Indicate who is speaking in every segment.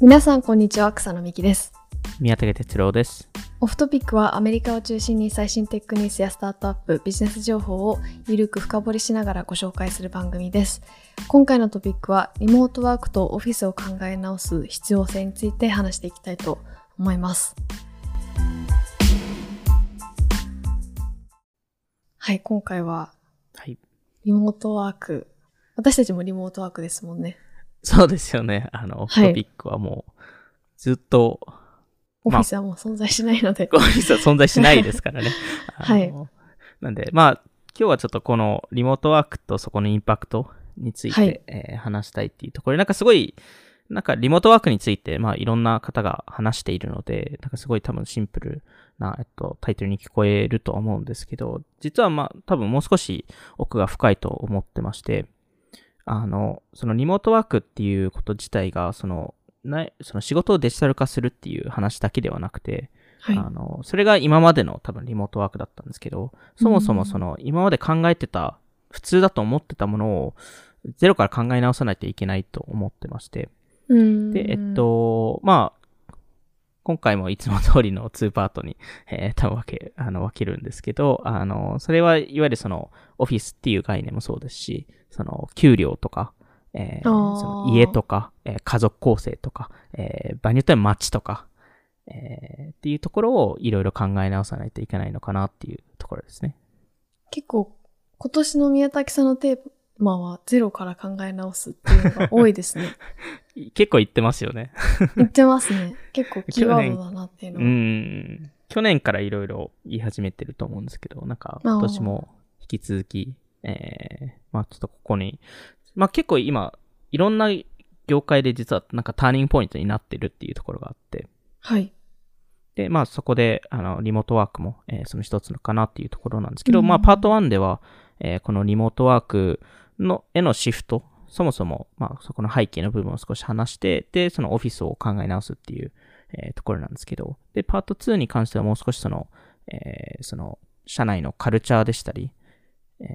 Speaker 1: 皆さんこんにちは草野美希です
Speaker 2: 宮武哲郎です。
Speaker 1: オフトピックはアメリカを中心に最新テックニュースやスタートアップビジネス情報をゆるく深掘りしながらご紹介する番組です今回のトピックはリモートワークとオフィスを考え直す必要性について話していきたいと思いますはい今回は
Speaker 2: はい。
Speaker 1: リモートワーク私たちもリモートワークですもんね
Speaker 2: そうですよね。あの、オフトピックはもう、ずっと、
Speaker 1: オフィスはもう存在しないので、
Speaker 2: ゴミは存在しないですからね。
Speaker 1: はい
Speaker 2: あの。なんで、まあ、今日はちょっとこのリモートワークとそこのインパクトについて、
Speaker 1: はい
Speaker 2: えー話したいっていうところで、なんかすごい、なんかリモートワークについて、まあいろんな方が話しているので、なんかすごい多分シンプルな、えっと、タイトルに聞こえると思うんですけど、実はまあ多分もう少し奥が深いと思ってまして、あの、そのリモートワークっていうこと自体が、その、ないその仕事をデジタル化するっていう話だけではなくて、
Speaker 1: はい
Speaker 2: あの、それが今までの多分リモートワークだったんですけど、そもそもその今まで考えてた、普通だと思ってたものをゼロから考え直さないといけないと思ってまして。
Speaker 1: うん
Speaker 2: で、えっと、まあ、今回もいつも通りの2パートに、 えー多分分け、あの、分けるんですけど、あの、それはいわゆるその、オフィスっていう概念もそうですし、その、給料とか、えー
Speaker 1: あー
Speaker 2: その家とか、えー家族構成とか、えー場合によっては街とか、えーっていうところをいろいろ考え直さないといけないのかなっていうところですね。
Speaker 1: 結構今年の宮崎さんのテーマはゼロから考え直すっていうのが多いです ね。
Speaker 2: 結構言ってますよね。
Speaker 1: 言ってますね。結構キーワードだなっていう
Speaker 2: う
Speaker 1: のは。
Speaker 2: ん。去年からいろいろ言い始めてると思うんですけど、なんか今年も引き続き、えー、まあちょっとここに、まあ結構今、いろんな業界で実はなんかターニングポイントになってるっていうところがあって、
Speaker 1: はい。
Speaker 2: で、まあそこで、あの、リモートワークも、えーその一つのかなっていうところなんですけど、
Speaker 1: うん
Speaker 2: まあパート1では、えーこのリモートワークの、へのシフト、そもそも、まあそこの背景の部分を少し話して、で、そのオフィスを考え直すっていう、えーところなんですけど、で、パート2に関してはもう少しその、えーその、社内のカルチャーでしたり、えー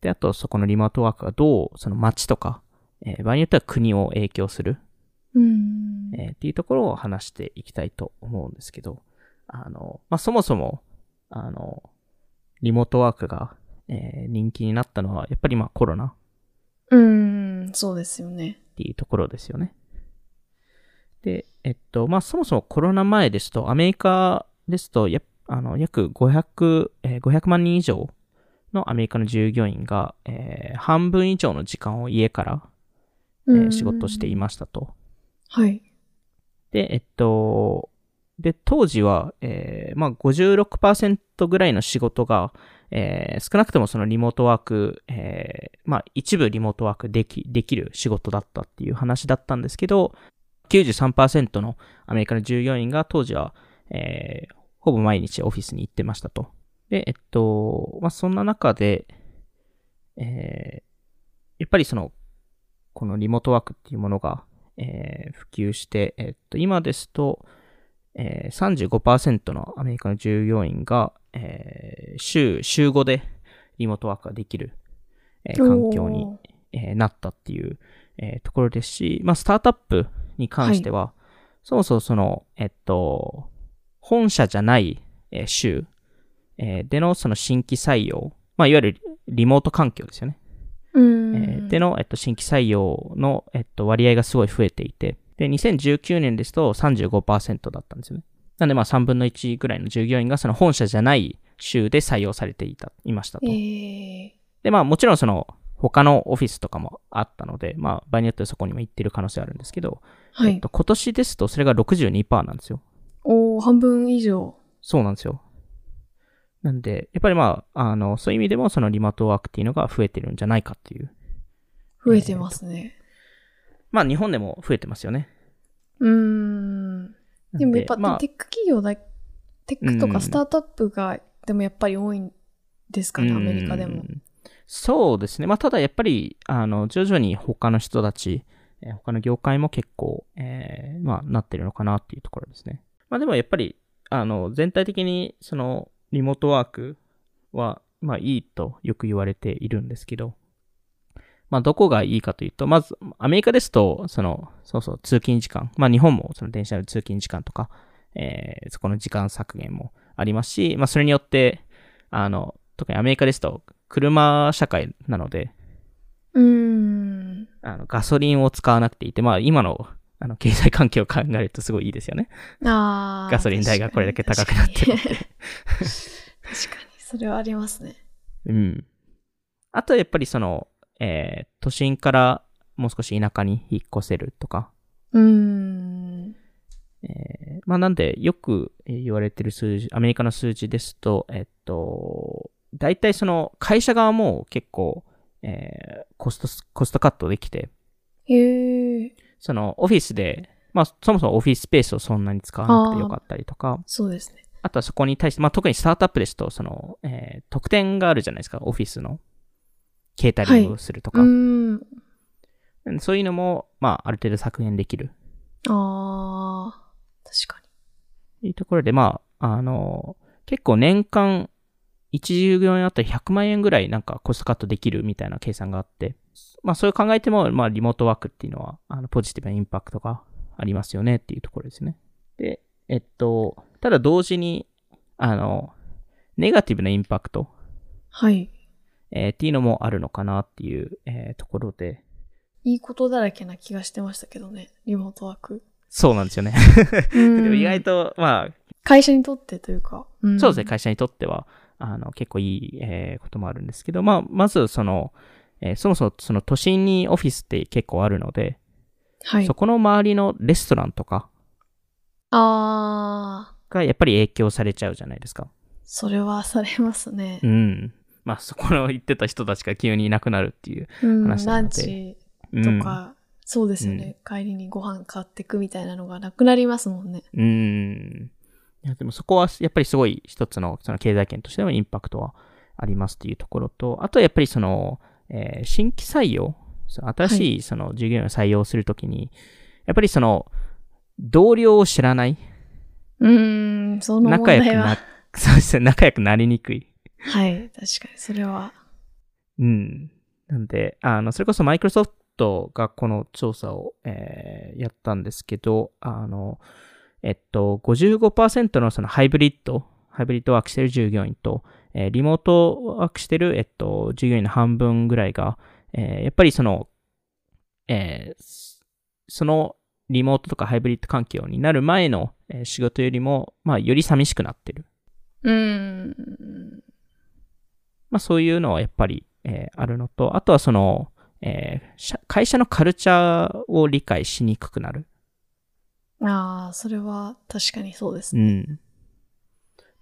Speaker 2: で、あとそこのリモートワークがどう、その街とか、えー場合によっては国を影響する
Speaker 1: うん。
Speaker 2: えーっていうところを話していきたいと思うんですけど、あの、まあ、そもそも、あの、リモートワークが、えー人気になったのは、やっぱりまあコロナっ
Speaker 1: うん、そうですよね。
Speaker 2: ていうところですよね。で、えっと、まあ、そもそもコロナ前ですと、アメリカですと、やあの約500、えー500万人以上のアメリカの従業員が、えー半分以上の時間を家から、えー
Speaker 1: うん
Speaker 2: 仕事していましたと。
Speaker 1: はい。
Speaker 2: で、えっと、で、当時は、えーまあ、56%ぐらいの仕事が、えー少なくともそのリモートワーク、えーまあ、一部リモートワークでき、できる仕事だったっていう話だったんですけど、93%のアメリカの従業員が当時は、えーほぼ毎日オフィスに行ってましたと。で、えっと、まあ、そんな中で、えーやっぱりその、このリモートワークっていうものが、えー普及して、えっと、今ですと、えー35%のアメリカの従業員が、えー週、週5でリモートワークができる、えー環境に
Speaker 1: おー。
Speaker 2: えーなったっていう、えーところですし、まあ、スタートアップに関しては、そもそもその、えっと、本社じゃない、えー州、えーでのその新規採用、まあ、いわゆるリモート環境ですよね。
Speaker 1: うん。
Speaker 2: えーでの、えっと、新規採用の、えっと、割合がすごい増えていて、で、2019年ですと35%だったんですよね。なんで、まあ、3分の1ぐらいの従業員がその本社じゃない州で採用されていた、いましたと。
Speaker 1: えー
Speaker 2: で、まあもちろんその他のオフィスとかもあったので、まあ場合によってはそこにも行ってる可能性あるんですけど、
Speaker 1: は
Speaker 2: えっ
Speaker 1: い。
Speaker 2: と、今年ですとそれが62%なんですよ。
Speaker 1: おー半分以上。
Speaker 2: そうなんですよ。なんで、やっぱりまあ、あの、そういう意味でもそのリモートワークっていうのが増えてるんじゃないかっていう。
Speaker 1: 増えてますね。
Speaker 2: まあ日本でも増えてますよね。
Speaker 1: うん。でもやっぱ、
Speaker 2: なんでまあ
Speaker 1: テック企業だ、テックと
Speaker 2: う
Speaker 1: か
Speaker 2: ん
Speaker 1: スタートアップが、でもやっぱり多いんですかね、アメリカで
Speaker 2: う
Speaker 1: も。
Speaker 2: んそうですね。まあ、ただやっぱり、あの、徐々に他の人たち、えー他の業界も結構、えーまあ、なってるのかなっていうところですね。まあ、でもやっぱり、あの、全体的に、その、リモートワークは、まあ、いいとよく言われているんですけど、まあ、どこがいいかというと、まず、アメリカですと、その、そうそう、通勤時間。まあ、日本もその電車の通勤時間とか、えーそこの時間削減もありますし、まあ、それによって、あの、特にアメリカですと、車社会なので、
Speaker 1: うーん。
Speaker 2: あのガソリンを使わなくていいって、まあ、今の、あの、経済環境を考えるとすごいいいですよね。
Speaker 1: あー
Speaker 2: ガソリン代がこれだけ高くなってるって
Speaker 1: 確かに確かにそれはありますね。
Speaker 2: うん。あとはやっぱりその、えー都心からもう少し田舎に引っ越せるとか、
Speaker 1: うーん。
Speaker 2: えーまあなんでよくえー言われてる数字、アメリカの数字ですと、えっと、大体その会社側も結構、えーコストス、コストカットできて、
Speaker 1: へえ。
Speaker 2: そのオフィスで、まあそもそもオフィススペースをそんなに使わなくてよかったりとか、
Speaker 1: そうですね。
Speaker 2: あとはそこに対して、まあ特にスタートアップですと、その、えー特典があるじゃないですか、オフィスの。ケータリングをすると
Speaker 1: う
Speaker 2: か、
Speaker 1: ーん。
Speaker 2: うんそういうのも、まあ、ある程度削減できる。
Speaker 1: あー確か
Speaker 2: というところで、まあ、あの、結構年間、一従業員あたり100万円ぐらいなんかコストカットできるみたいな計算があって、まあそういう考えても、まあリモートワークっていうのは、あのポジティブなインパクトがありますよねっていうところですね。で、えっと、ただ同時に、あの、ネガティブなインパクト、
Speaker 1: に。はい。
Speaker 2: えーっていうのもあるのかなっていう、えーところで、
Speaker 1: いいことだらけな気がしてましたけどね、リモートワーク。
Speaker 2: そうなんですよね。 でも意外
Speaker 1: と。
Speaker 2: と、まあ、
Speaker 1: 会社にとってというか。ん
Speaker 2: そうですね、会社にとっては、あの、結構いい、えーこともあるんですけど、まあ、まず、その、えーそもそも、その都心にオフィスって結構あるので、
Speaker 1: はい
Speaker 2: そ。この周りのレストランとか
Speaker 1: あー
Speaker 2: がやっぱり影響されちゃうじゃないですか。
Speaker 1: それはされますね
Speaker 2: う。ん。まあ、そこの行ってた人たちが急にいなくなるっていう。
Speaker 1: うん、
Speaker 2: 話な
Speaker 1: ラ
Speaker 2: の
Speaker 1: ン
Speaker 2: で
Speaker 1: チ
Speaker 2: う
Speaker 1: と
Speaker 2: ん、
Speaker 1: か、そうですよね、帰りにご飯買ってくみたいなのがなくなりますもんね。
Speaker 2: うん。いやでもそこはやっぱりすごい一つのその経済圏としてのインパクトはありますっていうところと、あとはやっぱりその、えー新規採用、その新しいその従業員を採用するときに、やっぱりその同僚を知らない、
Speaker 1: うーん、その問
Speaker 2: 仲良く
Speaker 1: 題
Speaker 2: な
Speaker 1: は。、
Speaker 2: そうですね、仲良くなりにくい。
Speaker 1: はい、確かに、それは。
Speaker 2: うん。なんで、あの、それこそマイクロソフトがこの調査を、えーやったんですけど、あの、えっと、55%のそのハイブリッド、ハイブリッドワークしてる従業員と、えーリモートワークしてる、えっと、従業員の半分ぐらいが、えーやっぱりその、えーそのリモートとかハイブリッド環境になる前のえー仕事よりも、まあ、より寂しくなってる。
Speaker 1: うーん。
Speaker 2: まあそういうのはやっぱり、えーあるのと、あとはその、えー社会社のカルチャーを理解しにくくなる。
Speaker 1: ああ、それは確かにそうです
Speaker 2: う
Speaker 1: ね。
Speaker 2: ん。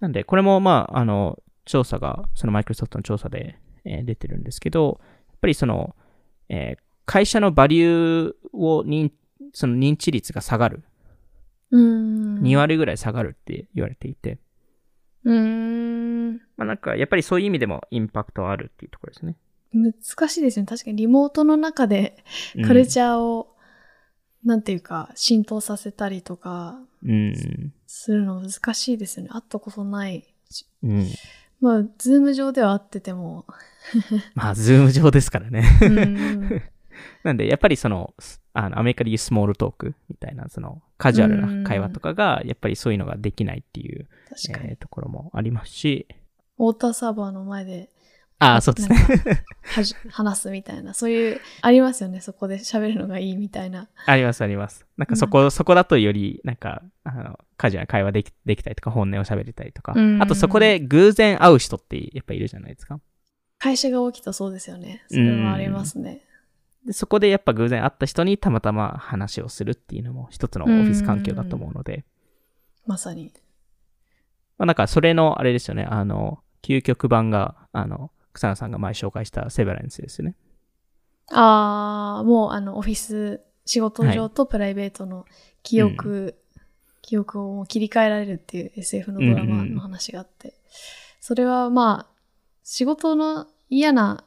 Speaker 2: なんで、これもまあ、あの、調査が、そのマイクロソフトの調査で、えー出てるんですけど、やっぱりその、えー会社のバリューを認、その認知率が下がる。
Speaker 1: うーん。
Speaker 2: 2。割ぐらい下がるって言われていて、
Speaker 1: うーん。
Speaker 2: まあなんか、やっぱりそういう意味でもインパクトはあるっていうところですね。
Speaker 1: 難しいですね。確かにリモートの中で
Speaker 2: うん
Speaker 1: カルチャーを、なんていうか、浸透させたりとか
Speaker 2: うん。
Speaker 1: するの難しいですよね。あったことないし。
Speaker 2: うん。
Speaker 1: まあ、ズーム上では会ってても。
Speaker 2: まあ、ズーム上ですからね。
Speaker 1: う ーん
Speaker 2: なんで、やっぱりその、すあの、アメリカでいうスモールトークみたいな、その、カジュアルな会話とかが、やっぱりそういうのができないっていう、
Speaker 1: 確かに
Speaker 2: え。ーところもありますし、
Speaker 1: ウォーターサーバーの前で
Speaker 2: ああ、そうですね。
Speaker 1: はじ話すみたいな、そういう、ありますよね、そこで喋るのがいいみたいな。
Speaker 2: あります、あります。なんかそこ、そこだとより、なんか、あの、カジュアルな会話できできたりとか、本音を喋れたりとか
Speaker 1: う、ん
Speaker 2: あとそこで偶然会う人って、やっぱいるじゃないですか。
Speaker 1: 会社が起きたそうですよね。それはありますね。
Speaker 2: でそこでやっぱ偶然会った人にたまたま話をするっていうのも一つのオフィス環境だと思うので、
Speaker 1: まさに。
Speaker 2: まあ、なんか、それの、あれですよね、あの、究極版が、あの、草野さんが前紹介したセバレンスですよね。
Speaker 1: あー、もう、あの、オフィス、仕事
Speaker 2: は
Speaker 1: 上とプライベートの記憶、記憶をもう切り替えられるっていう SF のドラマの話があって、それはまあ、仕事の嫌な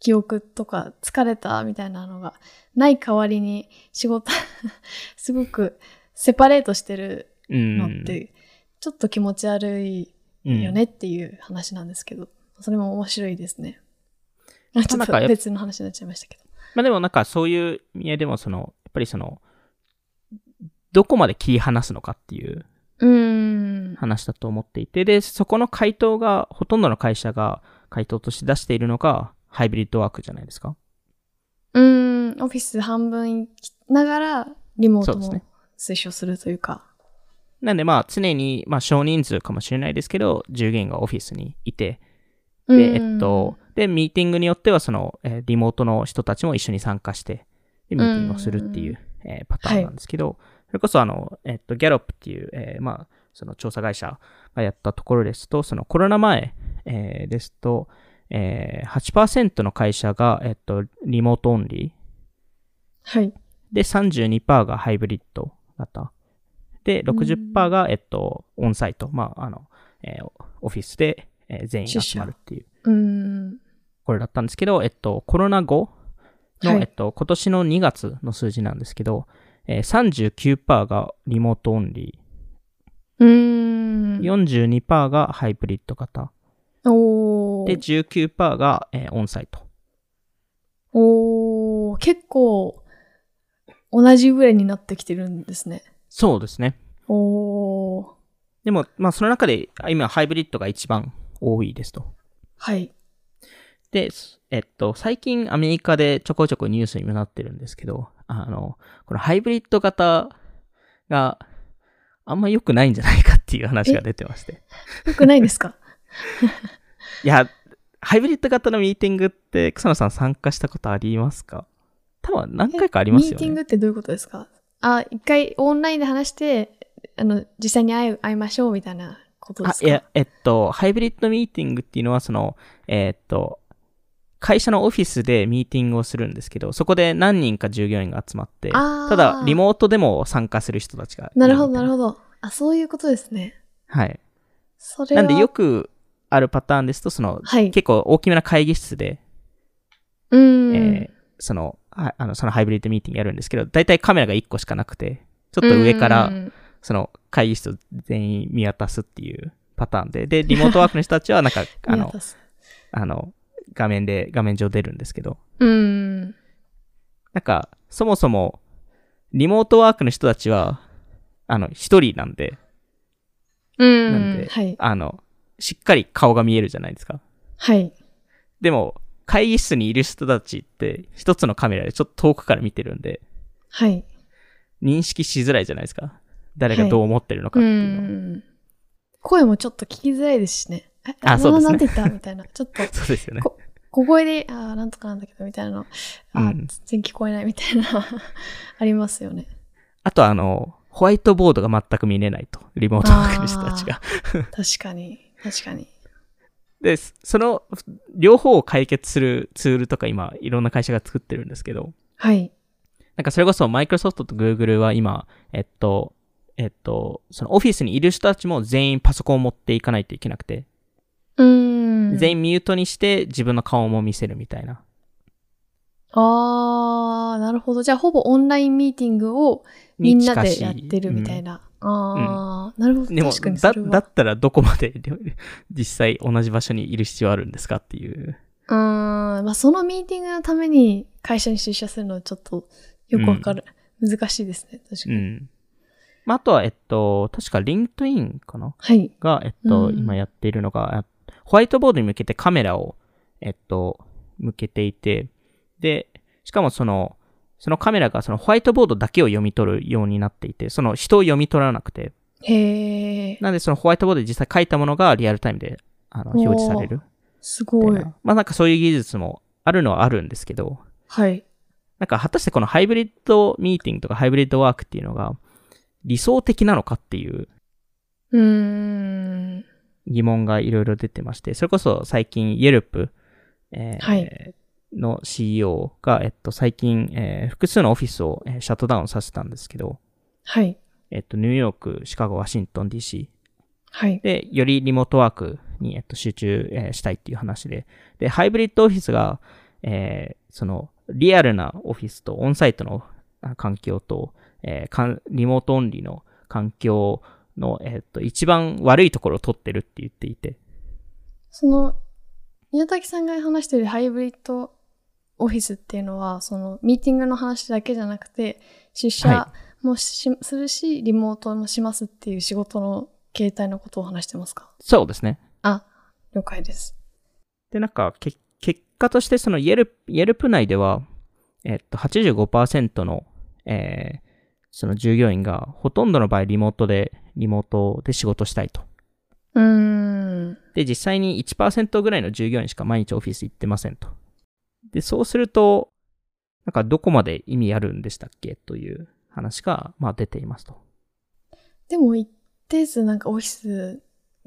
Speaker 1: 記憶とか疲れたみたいなのがない代わりに仕事、 すごくセパレートしてる
Speaker 2: うん。
Speaker 1: のって、ちょっと気持ち悪い
Speaker 2: うん
Speaker 1: よねっていう話なんですけど、それも面白いですね。ちょっ
Speaker 2: なんか
Speaker 1: と
Speaker 2: やっ
Speaker 1: 別の話になっちゃいましたけど。
Speaker 2: まあでもなんかそういう意味合いでもその、やっぱりその、どこまで切り離すのかっていう
Speaker 1: うーん。
Speaker 2: 話だと思っていて、で、そこの回答が、ほとんどの会社が回答として出しているのが、ハイブリッドワークじゃないですか。
Speaker 1: うーん、オフィス半分きながら、リモート
Speaker 2: そう
Speaker 1: も
Speaker 2: です
Speaker 1: 推奨するというか。
Speaker 2: なんでまあ常に、まあ少人数かもしれないですけど、従業員がオフィスにいて、
Speaker 1: う
Speaker 2: で、
Speaker 1: ーん
Speaker 2: えっと、、で、ミーティングによっては、その、えーリモートの人たちも一緒に参加して、で、ミーティングをするっていう、えーパターンなんですけど、それこそ、あの、えっと、ギャロップっていう、えーまあ、その調査会社がやったところですと、そのコロナ前、えーですと、えー、8%の会社が、えっと、リモートオンリー、
Speaker 1: はい。
Speaker 2: で、32%がハイブリッドだった。で、60%が、えっと、オンサイト。まあ、あの、えーオフィスで、えー全員集まるっていう、
Speaker 1: うーん。
Speaker 2: これだったんですけど、えっと、コロナ後の、
Speaker 1: はい
Speaker 2: えっと、今年の2月の数字なんですけど、えー、39%がリモートオンリ
Speaker 1: うーん。
Speaker 2: ー、42%がハイブリッド型、
Speaker 1: お
Speaker 2: で、
Speaker 1: ー。
Speaker 2: 19%が、えーオンサイト。
Speaker 1: おー、結構、同じぐらいになってきてるんですね。
Speaker 2: そうですね。
Speaker 1: おー。
Speaker 2: でも、まあ、その中で、あ今、ハイブリッドが一番多いですと。
Speaker 1: はい。
Speaker 2: で、すえっと、最近アメリカでちょこちょこニュースにもなってるんですけど、あの、このハイブリッド型があんま良くないんじゃないかっていう話が出てまして。
Speaker 1: よくないですか
Speaker 2: いや、ハイブリッド型のミーティングって草野さん参加したことありますか多分 何回かあります
Speaker 1: ミ
Speaker 2: よ
Speaker 1: ーティング
Speaker 2: ね。
Speaker 1: ってどういうことですかあ、一回オンラインで話して、あの、実際に会い会いましょうみたいなことで
Speaker 2: あ
Speaker 1: す
Speaker 2: い
Speaker 1: か
Speaker 2: や、えっと、ハイブリッドミーティングっていうのは、その、えっと、会社のオフィスでミーティングをするんですけど、そこで何人か従業員が集まって、
Speaker 1: あー
Speaker 2: ただ、リモートでも参加する人たちがい
Speaker 1: なるほど、なる
Speaker 2: ほ
Speaker 1: ほど。あ、そういうことですね。
Speaker 2: ど。はい。
Speaker 1: それ
Speaker 2: な
Speaker 1: は。
Speaker 2: んでよくあるパターンですと、その、
Speaker 1: はい。
Speaker 2: 結構大きめな会議室で、
Speaker 1: うーん、
Speaker 2: えーその、はあの、そのハイブリッドミーティングやるんですけど、大体カメラが1個しかなくて、ちょっと上か
Speaker 1: う
Speaker 2: ら、
Speaker 1: ん
Speaker 2: その会議室を全員見渡すっていうパターンで、で、リモートワークの人たちは、な んか、あ
Speaker 1: 見
Speaker 2: の
Speaker 1: 渡、す
Speaker 2: あの、画面で、画面上出るんですけど、
Speaker 1: うーん。
Speaker 2: なんか、そもそも、リモートワークの人たちは、あの、一人なんで、
Speaker 1: うーん。
Speaker 2: なんで
Speaker 1: はい。
Speaker 2: あの、しっかり顔が見えるじゃないですか。
Speaker 1: はい。
Speaker 2: でも、会議室にいる人たちって、一つのカメラでちょっと遠くから見てるんで、
Speaker 1: はい。
Speaker 2: 認識しづらいじゃないですか。誰がどう思ってるのか
Speaker 1: う
Speaker 2: っていうの。
Speaker 1: ーん。声もちょっと聞きづらいですしね。え
Speaker 2: あそうです
Speaker 1: な
Speaker 2: ね
Speaker 1: んて言ったみたいな。ちょ っと、
Speaker 2: そうですよね。
Speaker 1: こ小声で、あーなんとかなんだけど、みたいなの。あー、
Speaker 2: うん
Speaker 1: 全然聞こえないみたいな、 ありますよね。
Speaker 2: あと、あの、ホワイトボードが全く見れないと。リモートワークの人たちが。
Speaker 1: 確かに。確かに。
Speaker 2: で、その、両方を解決するツールとか今、いろんな会社が作ってるんですけど、
Speaker 1: はい。
Speaker 2: なんかそれこそマイクロソフトとグーグルは今、えっと、えっと、そのオフィスにいる人たちも全員パソコンを持っていかないといけなくて、
Speaker 1: うーん。
Speaker 2: 全員ミュートにして自分の顔も見せるみたいな。
Speaker 1: ああ、なるほど。じゃあ、ほぼオンラインミーティングをみんな
Speaker 2: に近
Speaker 1: で
Speaker 2: し
Speaker 1: やってるみたいな。ああ、なるほ
Speaker 2: う
Speaker 1: ど。
Speaker 2: んでも
Speaker 1: 確かに
Speaker 2: だ、
Speaker 1: それは。
Speaker 2: だったらどこまで 実際同じ場所にいる必要あるんですかっていう。
Speaker 1: うーん。まあ、そのミーティングのために会社に出社するのはちょっとよくわかる。難しいですね。確か
Speaker 2: う
Speaker 1: に。
Speaker 2: ん。まあ、あとは、えっと、確かリンクトインかな
Speaker 1: はい。
Speaker 2: が、えっと、
Speaker 1: うん
Speaker 2: 今やっているのが、あホワイトボードに向けてカメラを、えっと、向けていて、で、しかもその、そのカメラがそのホワイトボードだけを読み取るようになっていて、その人を読み取らなくて、
Speaker 1: へえ。
Speaker 2: なんでそのホワイトボードで実際書いたものがリアルタイムであの
Speaker 1: おー
Speaker 2: 表示される
Speaker 1: す
Speaker 2: みたい
Speaker 1: ごい。
Speaker 2: な。まあなんかそういう技術もあるのはあるんですけど、
Speaker 1: はい。
Speaker 2: なんか果たしてこのハイブリッドミーティングとかハイブリッドワークっていうのが理想的なのかっていう
Speaker 1: うーん。
Speaker 2: 疑問がいろいろ出てまして、それこそ最近 Yelp、えー
Speaker 1: はい
Speaker 2: の CEO が、えっと、最近、えー複数のオフィスをえーシャットダウンさせたんですけど、
Speaker 1: はい。
Speaker 2: えっと、ニューヨーク、シカゴ、ワシントン DC
Speaker 1: はい。
Speaker 2: で、よりリモートワークに、えっと、集中、えーしたいっていう話で、で、ハイブリッドオフィスが、えーその、リアルなオフィスとオンサイトのあ環境と、えーかんリモートオンリーの環境の、えっと、一番悪いところを取ってるって言っていて、
Speaker 1: その、宮崎さんが話しているハイブリッドオフィスっていうのは、そのミーティングの話だけじゃなくて、出社
Speaker 2: は
Speaker 1: もし、するし、リモートもしますっていう仕事の形態のことを話してますか
Speaker 2: そうですね。
Speaker 1: あ、了解です。
Speaker 2: で、なんか、け結果として、その Yelp, Yelp 内では、えっと、85%の、えーその従業員が、ほとんどの場合、リモートで、リモートで仕事したいと。
Speaker 1: うーん。
Speaker 2: で、実際に1%ぐらいの従業員しか毎日オフィス行ってませんと。で、そうすると、なんかどこまで意味あるんでしたっけという話が、まあ出ていますと。
Speaker 1: でも一定数なんかオフィス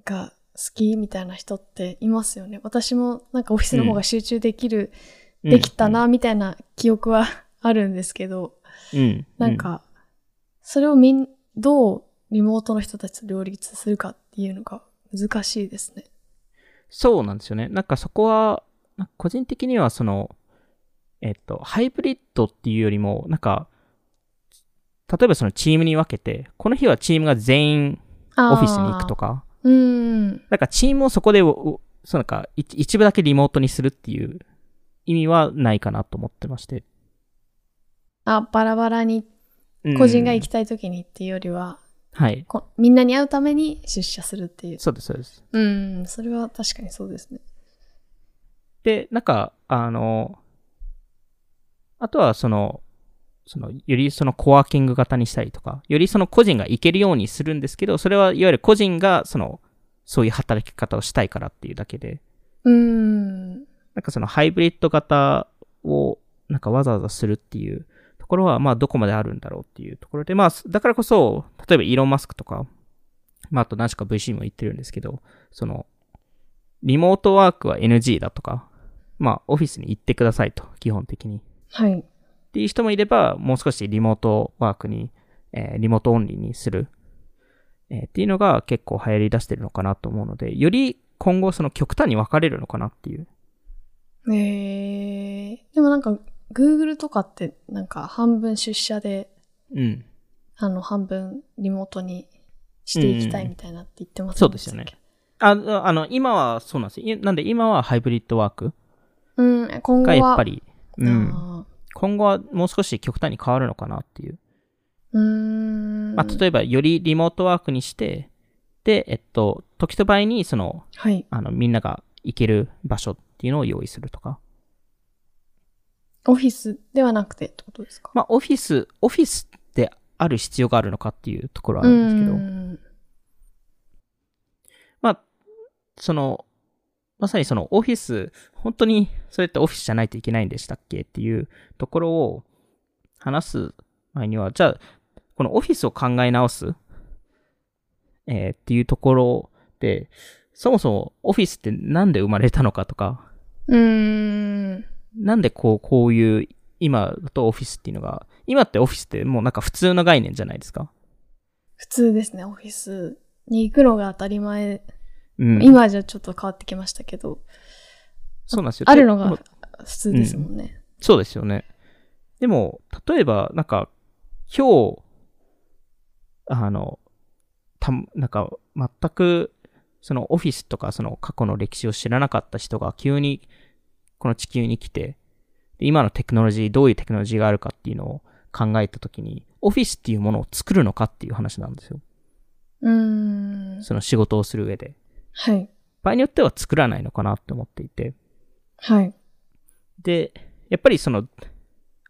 Speaker 1: が好きみたいな人っていますよね。私もなんかオフィスの方が集中できる、できたなみたいな記憶はあるんですけど、
Speaker 2: うん、うん。
Speaker 1: なんか、それをみん、どうリモートの人たちと両立するかっていうのが難しいですね。
Speaker 2: そうなんですよね。なんかそこは、なんか個人的にはその、えっと、ハイブリッドっていうよりも、なんか、例えばそのチームに分けて、この日はチームが全員オフィスに行くと
Speaker 1: か。
Speaker 2: か、
Speaker 1: うーん。
Speaker 2: なんかチームをそこでお、おそうなんか一一部だけリモートにするっていう意味はないかなと思ってまして。
Speaker 1: あ、バラバラに、
Speaker 2: うん
Speaker 1: 個人が行きたい時にっていうよりは、
Speaker 2: はい。
Speaker 1: こみんなに会うために出社するっていう。
Speaker 2: そうです、そうです。
Speaker 1: うん、それは確かにそうですね。
Speaker 2: で、なんか、あの、あとはその、その、よりそのコワーキング型にしたりとか、よりその個人が行けるようにするんですけど、それはいわゆる個人がその、そういう働き方をしたいからっていうだけで、
Speaker 1: うーん。
Speaker 2: なんかそのハイブリッド型を、なんかわざわざするっていうところは、まあどこまであるんだろうっていうところで、まあ、だからこそ、例えばイーロン・マスクとか、まああと何しか VC も言ってるんですけど、その、リモートワークは NG だとか、まあオフィスに行ってくださいと、基本的に。
Speaker 1: はい。
Speaker 2: っていう人もいれば、もう少しリモートワークに、えーリモートオンリーにする、えーっていうのが結構流行り出してるのかなと思うので、より今後その極端に分かれるのかなっていう。
Speaker 1: えー、でもなんか、Google とかって、なんか半分出社で、
Speaker 2: うん。
Speaker 1: あの、半分リモートにしていきたいみたいなって言ってます
Speaker 2: そうですよね。あああの、今はそうなんですよ。いなんで今はハイブリッドワーク
Speaker 1: うん、今後
Speaker 2: が
Speaker 1: は。
Speaker 2: やっぱり、うん。
Speaker 1: あ
Speaker 2: 今後はもう少し極端に変わるのかなっていう。
Speaker 1: ーうーん。
Speaker 2: まあ、例えばよりリモートワークにして、で、えっと、時と場合にその、
Speaker 1: はい。
Speaker 2: あの、みんなが行ける場所っていうのを用意するとか。
Speaker 1: オフィスではなくてってことですか
Speaker 2: まあ、オフィス、オフィスってある必要があるのかっていうところはあ
Speaker 1: う
Speaker 2: るんですけど、
Speaker 1: んです
Speaker 2: まあ、その、まさにそのオフィス、本当にそれってオフィスじゃないといけないんでしたっけっていうところを話す前には、じゃあ、このオフィスを考え直す、えーっていうところで、そもそもオフィスってなんで生まれたのかとか、
Speaker 1: けど。うーん。
Speaker 2: なんでこう、こういう、今だとオフィスっていうのが、今ってオフィスってもうなんか普通の概念じゃないですか。
Speaker 1: 普通ですね、オフィスに行くのが当たり前。
Speaker 2: うん、
Speaker 1: 今じゃちょっと変わってきましたけど、
Speaker 2: そうなんですよ。
Speaker 1: ある
Speaker 2: で
Speaker 1: の
Speaker 2: で
Speaker 1: が
Speaker 2: も
Speaker 1: 普通ですもんね。
Speaker 2: そうですよね。でも、例えば、なんか、今日、あの、た、なんか、全く、そのオフィスとか、その過去の歴史を知らなかった人が急に、この地球に来て、で今のテクノロジー、どういうテクノロジーがあるかっていうのを考えたときに、オフィスっていうものを作るのかっていう話なんですよ。
Speaker 1: うーん。
Speaker 2: その仕事をする上で。
Speaker 1: はい。
Speaker 2: 場合によっては作らないのかなって思っていて。
Speaker 1: はい。
Speaker 2: で、やっぱりその、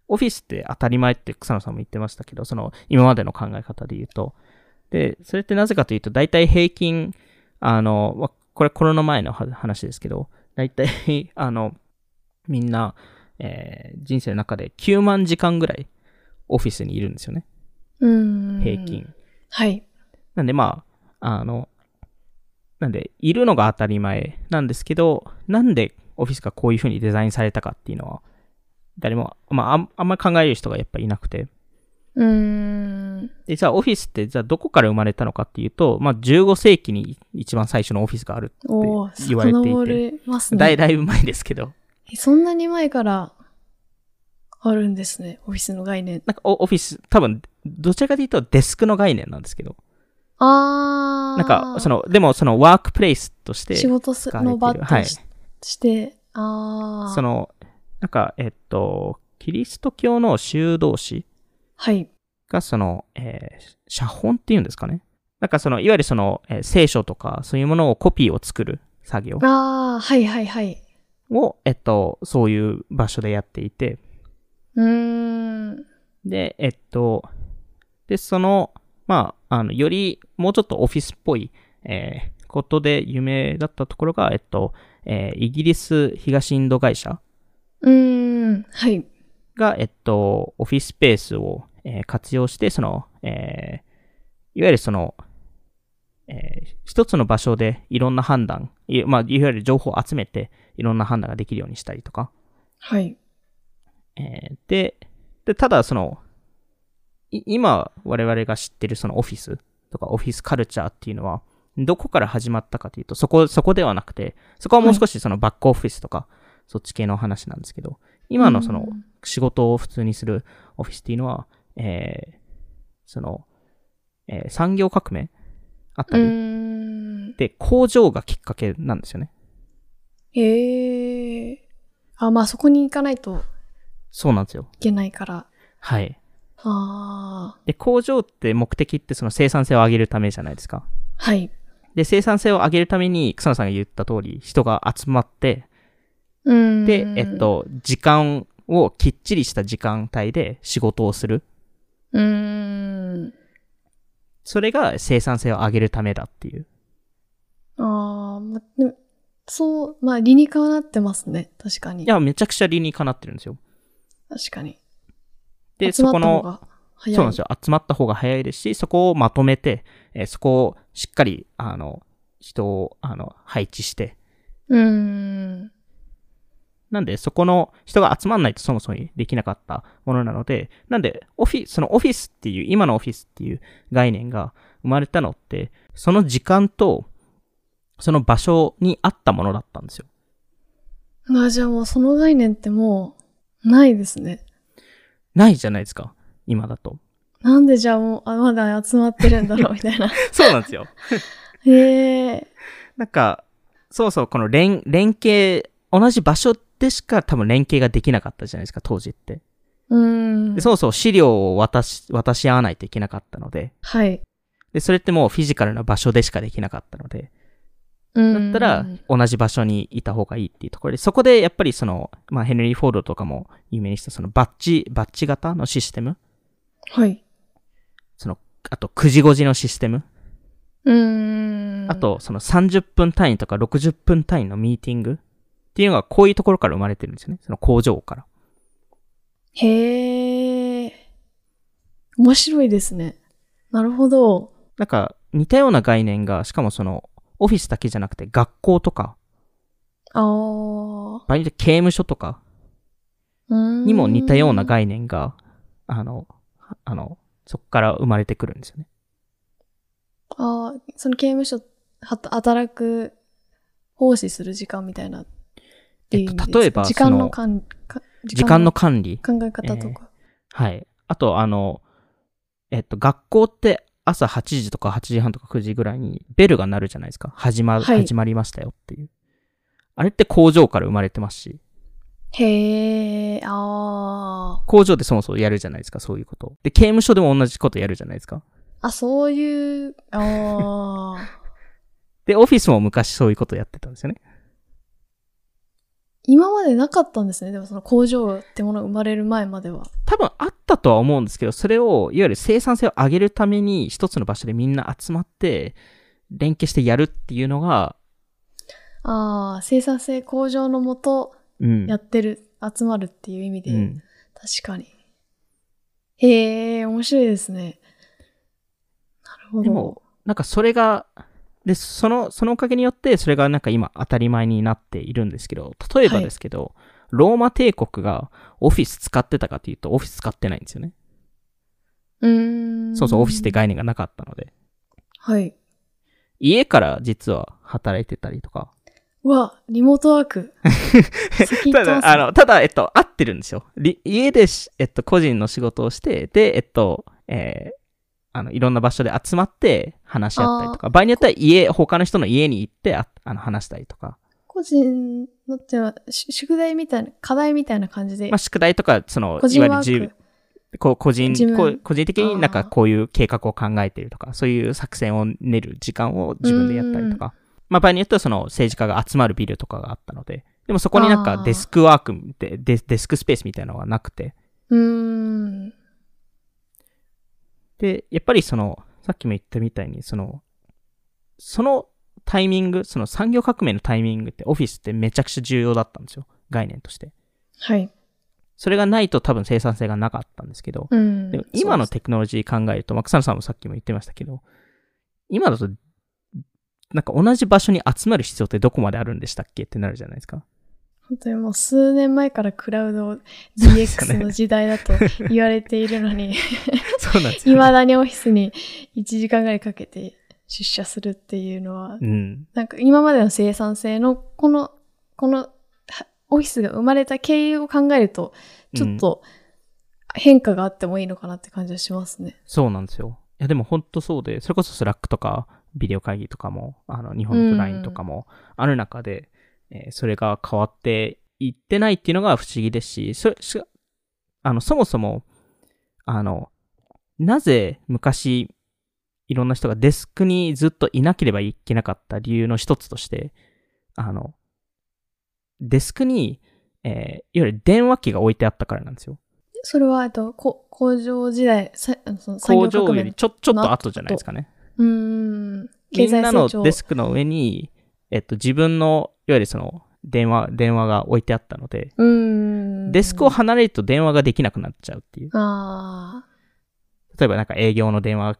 Speaker 2: オフィスって当たり前って草野さんも言ってましたけど、その、今までの考え方で言うと。で、それってなぜかというと、大体平均、あの、まあこれコロナ前のは話ですけど、大体、 あの、みんな、えー人生の中で9万時間ぐらいオフィスにいるんですよね。
Speaker 1: うーん。
Speaker 2: 平均。。
Speaker 1: はい。
Speaker 2: なんでまあ、あの、なんで、いるのが当たり前なんですけど、なんでオフィスがこういう風にデザインされたかっていうのは、誰も、まああん、あんまり考える人がやっぱいなくて。
Speaker 1: うーん。
Speaker 2: で、じゃあオフィスって、じゃあどこから生まれたのかっていうと、まあ15世紀に一番最初のオフィスがある。
Speaker 1: おお、
Speaker 2: 言われていて
Speaker 1: 遡れます
Speaker 2: だい
Speaker 1: ね。
Speaker 2: だいぶ前ですけど、
Speaker 1: えそんなに前からあるんですね、オフィスの概念。
Speaker 2: なんかおオフィス、多分、どちらかというとデスクの概念なんですけど、
Speaker 1: あー。
Speaker 2: なんか、その、でもそのワークプレイスとして、
Speaker 1: 仕事す
Speaker 2: 使われて
Speaker 1: の
Speaker 2: る
Speaker 1: 場とし
Speaker 2: はい
Speaker 1: して、ああ。
Speaker 2: その、なんか、えっと、キリスト教の修道士
Speaker 1: はい。
Speaker 2: が、その、えー写本っていうんですかね。なんかその、いわゆるその、えー聖書とか、そういうものをコピーを作る作業
Speaker 1: ああ、はいはいはい。
Speaker 2: を、えっと、そういう場所でやっていて、
Speaker 1: うーん。
Speaker 2: で、えっと、で、その、まあ、あの、より、もうちょっとオフィスっぽい、えーことで有名だったところが、えっと、えーイギリス東インド会社
Speaker 1: うーん。はい。
Speaker 2: が、えっと、オフィススペースを、えー活用して、その、えーいわゆるその、えー一つの場所でいろんな判断、いまあ、いわゆる情報を集めて、いろんな判断ができるようにしたりとか、
Speaker 1: はい。
Speaker 2: えーで、で、ただその、い今我々が知ってるそのオフィスとかオフィスカルチャーっていうのは、どこから始まったかというと、そこ、そこではなくて、そこはもう少しそのバックオフィスとか、そっち系の話なんですけど、今のその
Speaker 1: うん
Speaker 2: 仕事を普通にするオフィスっていうのは、えーその、えー産業革命あった
Speaker 1: う
Speaker 2: り、
Speaker 1: ーん。
Speaker 2: で、工場がきっかけなんですよね。
Speaker 1: へえ。あ、まあそこに行かないと
Speaker 2: そうなんですよ。
Speaker 1: いけないから。
Speaker 2: はい。
Speaker 1: ああ。
Speaker 2: で、工場って目的ってその生産性を上げるためじゃないですか。
Speaker 1: はい。
Speaker 2: で、生産性を上げるために、草野さんが言った通り、人が集まって、
Speaker 1: うーん。
Speaker 2: で、えっ。と、時間をきっちりした時間帯で仕事をする。
Speaker 1: うーん。
Speaker 2: それが生産性を上げるためだっていう。
Speaker 1: ああ、ま、でもそう、まあ理にかなってますね。確かに。
Speaker 2: いや、めちゃくちゃ理にかなってるんですよ。
Speaker 1: 確かに。
Speaker 2: で、
Speaker 1: 集
Speaker 2: そ
Speaker 1: まっ
Speaker 2: こ
Speaker 1: た方
Speaker 2: の、
Speaker 1: が早い。
Speaker 2: そうなんですよ。集まった方が早いですし、そこをまとめて、えーそこをしっかり、あの、人を、あの、配置して。
Speaker 1: うーん。
Speaker 2: なんで、そこの人が集まんないとそもそもできなかったものなので、なんで、オフィス、そのオフィスっていう、今のオフィスっていう概念が生まれたのって、その時間と、その場所に合ったものだったんですよ。
Speaker 1: まあじゃあもうその概念ってもうないですね。
Speaker 2: ないじゃないですか、今だと。
Speaker 1: なんでじゃあもうあまだ集まってるんだろうみた いな。
Speaker 2: そうなんですよ。
Speaker 1: へえ。
Speaker 2: なんか、そうそう、この連、連携、同じ場所でしか多分連携ができなかったじゃないですか、当時って。
Speaker 1: うーん。
Speaker 2: でそうそう、資料を渡し、渡し合わないといけなかったので、
Speaker 1: はい。
Speaker 2: で、それってもうフィジカルな場所でしかできなかったので、
Speaker 1: うー
Speaker 2: だ
Speaker 1: ん。
Speaker 2: ったら同じ場所にいた方がいいっていうところで、そこでやっぱりその、まあ、ヘンリー・フォードとかも有名にしたそのバッジ、バッジ型のシステム、
Speaker 1: はい。
Speaker 2: その、あと9時5時のシステム、
Speaker 1: うーん。
Speaker 2: あ。とその30分単位とか60分単位のミーティングっていうのがこういうところから生まれてるんですよね。その工場から。
Speaker 1: へえ。面白いですね。なるほど。
Speaker 2: なんか似たような概念が、しかもその、オフィスだけじゃなくて学校とか、
Speaker 1: ああ。
Speaker 2: 場合によって刑務所とか
Speaker 1: うーん。
Speaker 2: にも似たような概念が、あの、あの、そこから生まれてくるんですよね。
Speaker 1: ああ、その刑務所、はた働く、奉仕する時間みたいなっていう意味ですか。
Speaker 2: えっと例えば
Speaker 1: 時間
Speaker 2: そ
Speaker 1: の
Speaker 2: の
Speaker 1: 管か
Speaker 2: 時間の管理。
Speaker 1: 考え方とか。
Speaker 2: はい。あと、あの、えっと、学校って朝8時とか8時半とか9時ぐらいにベルが鳴るじゃないですか。始ま、
Speaker 1: はい
Speaker 2: 始まりましたよっていう。あれって工場から生まれてますし、
Speaker 1: へえ、あ
Speaker 2: 工場でそもそもやるじゃないですか、そういうことを。で、刑務所でも同じことやるじゃないですか。
Speaker 1: あ。あ、そういう、あ あ。
Speaker 2: で、オフィスも昔そういうことやってたんですよね。
Speaker 1: 今までなかったんですね。でもその工場ってものが生まれる前までは。
Speaker 2: 多分あったとは思うんですけど、それを、いわゆる生産性を上げるために一つの場所でみんな集まって、連携してやるっていうのが、
Speaker 1: ああ、生産性向上のもと
Speaker 2: うん。
Speaker 1: やってる、集まるっていう意味で。
Speaker 2: うん。
Speaker 1: 確かに。へえ、面白いですね。なるほ
Speaker 2: で
Speaker 1: ど
Speaker 2: も。なんかそれが、で、その、そのおかげによって、それがなんか今当たり前になっているんですけど、例えばですけど、ローマ帝国がオフィス使ってたかというと、オフィス使ってないんですよね。
Speaker 1: うーん。
Speaker 2: そうそう、オフィスって概念がなかったので。
Speaker 1: はい。
Speaker 2: 家から実は働いてたりとか。
Speaker 1: うわ、リモートワーク。先行
Speaker 2: た
Speaker 1: ったんすね
Speaker 2: だ、あの、ただ、えっと、合ってるんですよ。り家でし、えっと、個人の仕事をして、で、えっと、えーあの、いろんな場所で集まって話し合ったりとか、場合によっては家、他の人の家に行ってああの、話したりとか。
Speaker 1: 個個人のっていうのは、し宿題みたいな、課題みたいな感じで
Speaker 2: まあ、、宿題とか、その、
Speaker 1: 個
Speaker 2: い
Speaker 1: 人
Speaker 2: わゆる
Speaker 1: ワ
Speaker 2: 自
Speaker 1: ー
Speaker 2: 由
Speaker 1: ク。
Speaker 2: こう個人
Speaker 1: 自分
Speaker 2: こう個人的になん
Speaker 1: あ
Speaker 2: か
Speaker 1: ー
Speaker 2: こういう計画を考えてるとか、そういう作戦を練る時間を自分でやったりとか、まあ場合によってはその政治家が集まるビルとかがあったので、でもそこになん
Speaker 1: あ
Speaker 2: か
Speaker 1: ー
Speaker 2: デスクワークでデ、デスクスペースみたいなのがなくて、
Speaker 1: うーん。
Speaker 2: で、やっぱりその、さっきも言ったみたいに、その、そのタイミング、その産業革命のタイミングってオフィスってめちゃくちゃ重要だったんですよ。概念として。
Speaker 1: はい。
Speaker 2: それがないと多分生産性がなかったんですけど、
Speaker 1: うん。
Speaker 2: でも今の
Speaker 1: そう
Speaker 2: テクノロジー考えると、まあ、草野さんもさっきも言ってましたけど、今だと、なんか同じ場所に集まる必要ってどこまであるんでしたっけってなるじゃないで すか。
Speaker 1: 本当にもう数年前からクラウド
Speaker 2: そうですよ
Speaker 1: DX
Speaker 2: ね
Speaker 1: の時代だと言われているの に、
Speaker 2: そうなんです
Speaker 1: いまだにオフィスに1時間ぐらいかけて出社するっていうのは、
Speaker 2: うん。
Speaker 1: なんか今までの生産性のこの、このはオフィスが生まれた経緯を考えると、ちょっと変化があってもいいのかなって感じはしますね。
Speaker 2: そうなんですよ。いや、でも本当そうで、それこそスラックとか、ビデオ会議とかも、あの、日本
Speaker 1: う
Speaker 2: の
Speaker 1: ん
Speaker 2: LINE とかもある中で、えーそれが変わっていってないっていうのが不思議ですし、そしあのそもそも、あの、なぜ昔、いろんな人がデスクにずっといなければいけなかった理由の一つとして、あの、デスクに、えーいわゆる電話機が置いてあったからなんですよ。
Speaker 1: それは、えっと、こ工場時代、さあのその産
Speaker 2: 工
Speaker 1: 業革
Speaker 2: 場よ
Speaker 1: 命
Speaker 2: り
Speaker 1: の。
Speaker 2: ちょちょっと後じゃないですかね。
Speaker 1: うーん。経
Speaker 2: みん
Speaker 1: 済
Speaker 2: な
Speaker 1: 成
Speaker 2: の
Speaker 1: 長。
Speaker 2: デスクの上に、えっと、自分の、いわゆるその、電話、電話が置いてあったので、
Speaker 1: うーん。
Speaker 2: デスクを離れると電話ができなくなっちゃうっていう。
Speaker 1: ああ。
Speaker 2: 例えばなんか営業の電話を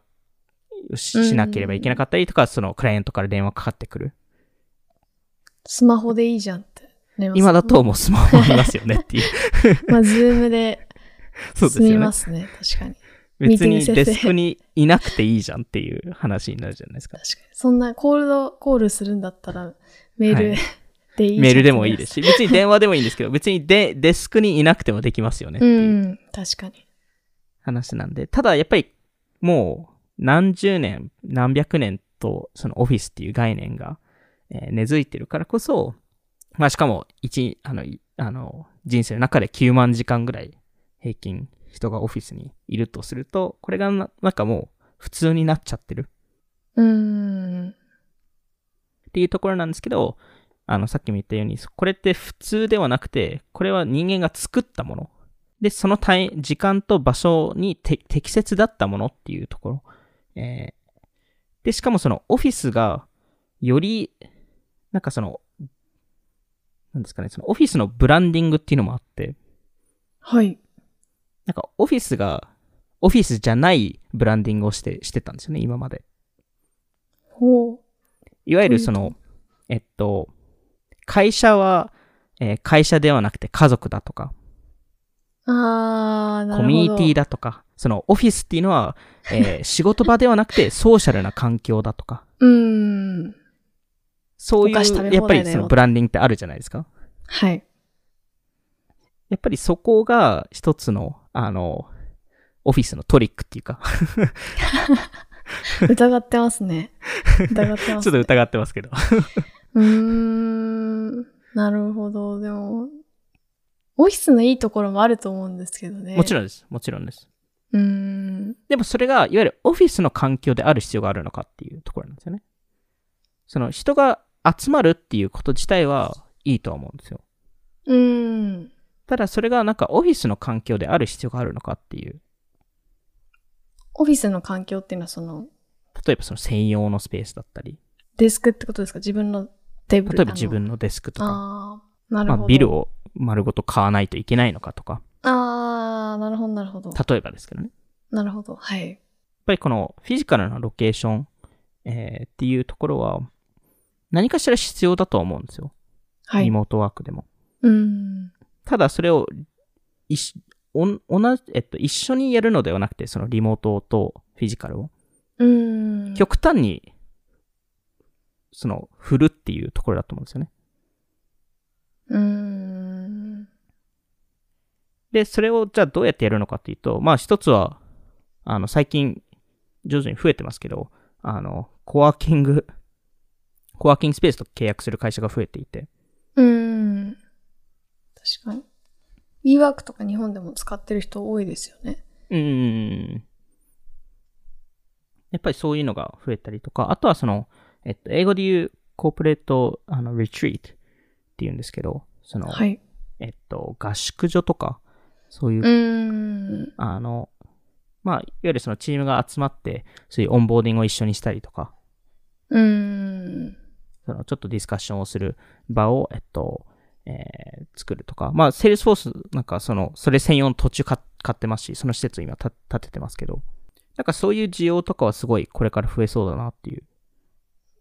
Speaker 1: う
Speaker 2: し
Speaker 1: ん
Speaker 2: しなければいけなかったりとか、そのクライアントから電話かかってくる。
Speaker 1: スマホでいいじゃんってなりますね
Speaker 2: 今だともうスマホありますよね っていう。
Speaker 1: まあ、ズームで
Speaker 2: そうです
Speaker 1: 済み
Speaker 2: よね
Speaker 1: ま。すね。確かに。ミー
Speaker 2: 別
Speaker 1: ティン
Speaker 2: に
Speaker 1: グ先生
Speaker 2: デスクにいなくていいじゃんっていう話になるじゃないですか。
Speaker 1: 確かに。そんな、コールドコールするんだったら、メール、
Speaker 2: はい
Speaker 1: でいいじゃん。
Speaker 2: メールでもいいですすし、別に電話でもいいんですけど、別にデデスクにいなくてもできますよねって
Speaker 1: う
Speaker 2: いう。
Speaker 1: ん、確かに。
Speaker 2: 話なんで、ただやっぱりもう何十年、何百年とそのオフィスっていう概念が、えー根付いてるからこそ、まあしかも一、あの、いあの人生の中で9万時間ぐらい平均人がオフィスにいるとすると、これがななんかもう普通になっちゃってる
Speaker 1: うん。
Speaker 2: っていうところなんですけど、あの、さっきも言ったように、これって普通ではなくて、これは人間が作ったもの。で、その対時間と場所にて適切だったものっていうところ。えーで、しかもそのオフィスが、より、なんかその、なんですかね、そのオフィスのブランディングっていうのもあって、
Speaker 1: はい。
Speaker 2: なんかオフィスが、オフィスじゃないブランディングをして、してたんですよね、今まで。
Speaker 1: ほう。
Speaker 2: いわゆるそ
Speaker 1: どういう
Speaker 2: の、えっと、会社は、えー会社ではなくて家族だとか、
Speaker 1: あー、な
Speaker 2: コ
Speaker 1: るほど。
Speaker 2: ミュニティ
Speaker 1: だ。
Speaker 2: だとか、そのオフィスっていうのは、 えー仕事場ではなくてソーシャルな環境だとか、
Speaker 1: うん。
Speaker 2: そうい
Speaker 1: お菓子食
Speaker 2: う、
Speaker 1: べ
Speaker 2: やっ
Speaker 1: 放題
Speaker 2: ぱ
Speaker 1: だよ
Speaker 2: りそのブランディングってあるじゃないですか。
Speaker 1: はい。
Speaker 2: やっぱりそこが一つの、あの、オフィスのトリックっていうか、
Speaker 1: 疑ってますね。疑ってま
Speaker 2: ち
Speaker 1: す、
Speaker 2: ょっと
Speaker 1: ね。
Speaker 2: 疑ってますけど。
Speaker 1: うーん。なるほど。でも、オフィスのいいところもあると思うんですけどね。
Speaker 2: もち
Speaker 1: ろん。
Speaker 2: ろんです。もちろんです。
Speaker 1: うーん。
Speaker 2: でもそれが、いわゆるオフィスの環境である必要があるのかっていうところなんですよね。その人が集まるっていうこと自体はいいとは思うんですよ。
Speaker 1: うーん。
Speaker 2: ただそれがなんかオフィスの環境である必要があるのかっていう。
Speaker 1: オフィスの環境っていうのはその、
Speaker 2: 例えばその専用のスペースだったり、
Speaker 1: デスクってことですか自分のテーブル
Speaker 2: 例えば自分のデスクと
Speaker 1: あ
Speaker 2: か、
Speaker 1: のあー、なる
Speaker 2: ま
Speaker 1: ほど。
Speaker 2: あ、ビルを丸ごと買わないといけないのかとか、
Speaker 1: ああ、なるほど、なるほど。
Speaker 2: 例えばですけどね。
Speaker 1: なるほど。はい。
Speaker 2: やっぱりこのフィジカルなロケーション、えーっていうところは何かしら必要だとは思うんですよ。
Speaker 1: は
Speaker 2: リ
Speaker 1: い。
Speaker 2: モートワークでも。
Speaker 1: うん。
Speaker 2: ただそれを一緒おん同じ、えっと、一緒にやるのではなくて、そのリモートとフィジカルを、
Speaker 1: うん。
Speaker 2: 極端に、その、振るっていうところだと思うんですよね。
Speaker 1: うん。
Speaker 2: で、それをじゃあどうやってやるのかっていうと、まあ一つは、あの、最近、徐々に増えてますけど、あの、コワーキング、コワーキングスペースと契約する会社が増えていて、
Speaker 1: WeWork とか日本でも使ってる人多いですよね。
Speaker 2: うん。やっぱりそういうのが増えたりとか、あとはその、えっと、英語で言うコーポレート、あの、retreat っていうんですけど、その、
Speaker 1: はい。
Speaker 2: えっと、合宿所とか、そういう
Speaker 1: うーん。
Speaker 2: あの、まあ、いわゆるそのチームが集まって、そういうオンボーディングを一緒にしたりとか、
Speaker 1: うーん。
Speaker 2: そのちょっとディスカッションをする場を、えっと、えー作るとか、まあ、セールスフォースなんかその、それ専用の途中買買ってますし、その施設を今た建ててますけど、なんかそういう需要とかはすごいこれから増えそうだなっていう。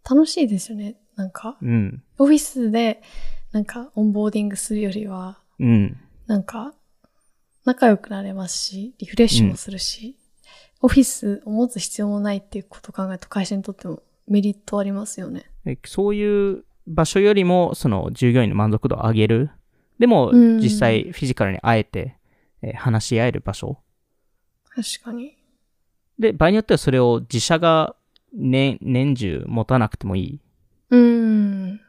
Speaker 1: 楽しいですよね。なんか、
Speaker 2: うん。
Speaker 1: オフィスで、なんか、オンボーディングするよりは、
Speaker 2: うん。
Speaker 1: なんか、仲良くなれますし、リフレッシュもするし、オフィスを持つ必要もないっていうことを考えると、会社にとってもメリットありますよね。
Speaker 2: でそういう場所よりも、その従業員の満足度を上げる。でも、
Speaker 1: うん
Speaker 2: 実際フィジカルに会えて、えー話し合える場所
Speaker 1: 確かに。
Speaker 2: で、場合によってはそれを自社が年、年中持たなくてもいい。
Speaker 1: うーん。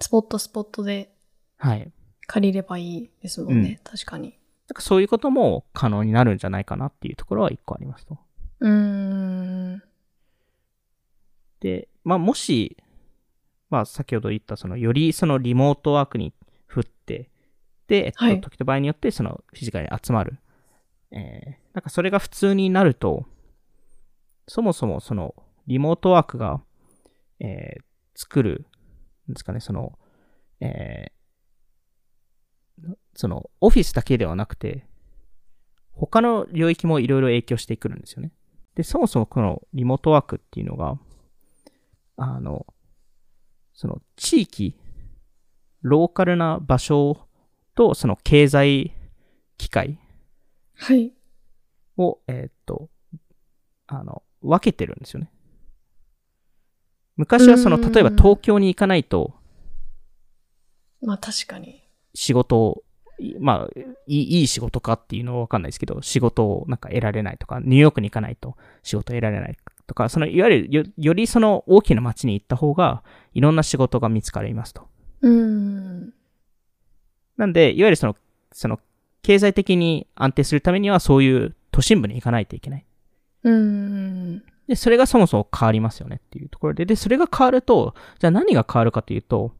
Speaker 1: スポットスポットで
Speaker 2: はい。なん
Speaker 1: 借りればいいですもんね。確かに。
Speaker 2: かそういうことも可能になるんじゃないかなっていうところは一個ありますと。
Speaker 1: うーん。
Speaker 2: で、まあ、もし、まあ、先ほど言った、その、よりそのリモートワークに振って、で、えっと、
Speaker 1: はい
Speaker 2: 時と場合によって、その、フィジカルに集まる。えー、なんかそれが普通になると、そもそもその、リモートワークが、えー、作る、なんですかね、その、えー、その、オフィスだけではなくて、他の領域もいろいろ影響してくるんですよね。で、そもそもこのリモートワークっていうのが、あの、その地域、ローカルな場所とその経済機会
Speaker 1: はい。
Speaker 2: を、えーっと、あの、分けてるんですよね。昔はその、
Speaker 1: うーん
Speaker 2: 例えば東京に行かないと
Speaker 1: まあ確かに。
Speaker 2: 仕事を、いまあ、いいいい仕事かっていうのはわかんないですけど、仕事をなんか得られないとか、ニューヨークに行かないと仕事を得られないとか、その、いわゆるよ、よりその大きな街に行った方が、いろんな仕事が見つかりますと。
Speaker 1: うーん。
Speaker 2: なんで、いわゆるその、その、経済的に安定するためには、そういう都心部に行かないといけない。
Speaker 1: うーん。
Speaker 2: で、それがそもそも変わりますよねっていうところで、で、それが変わると、じゃあ何が変わるかというと、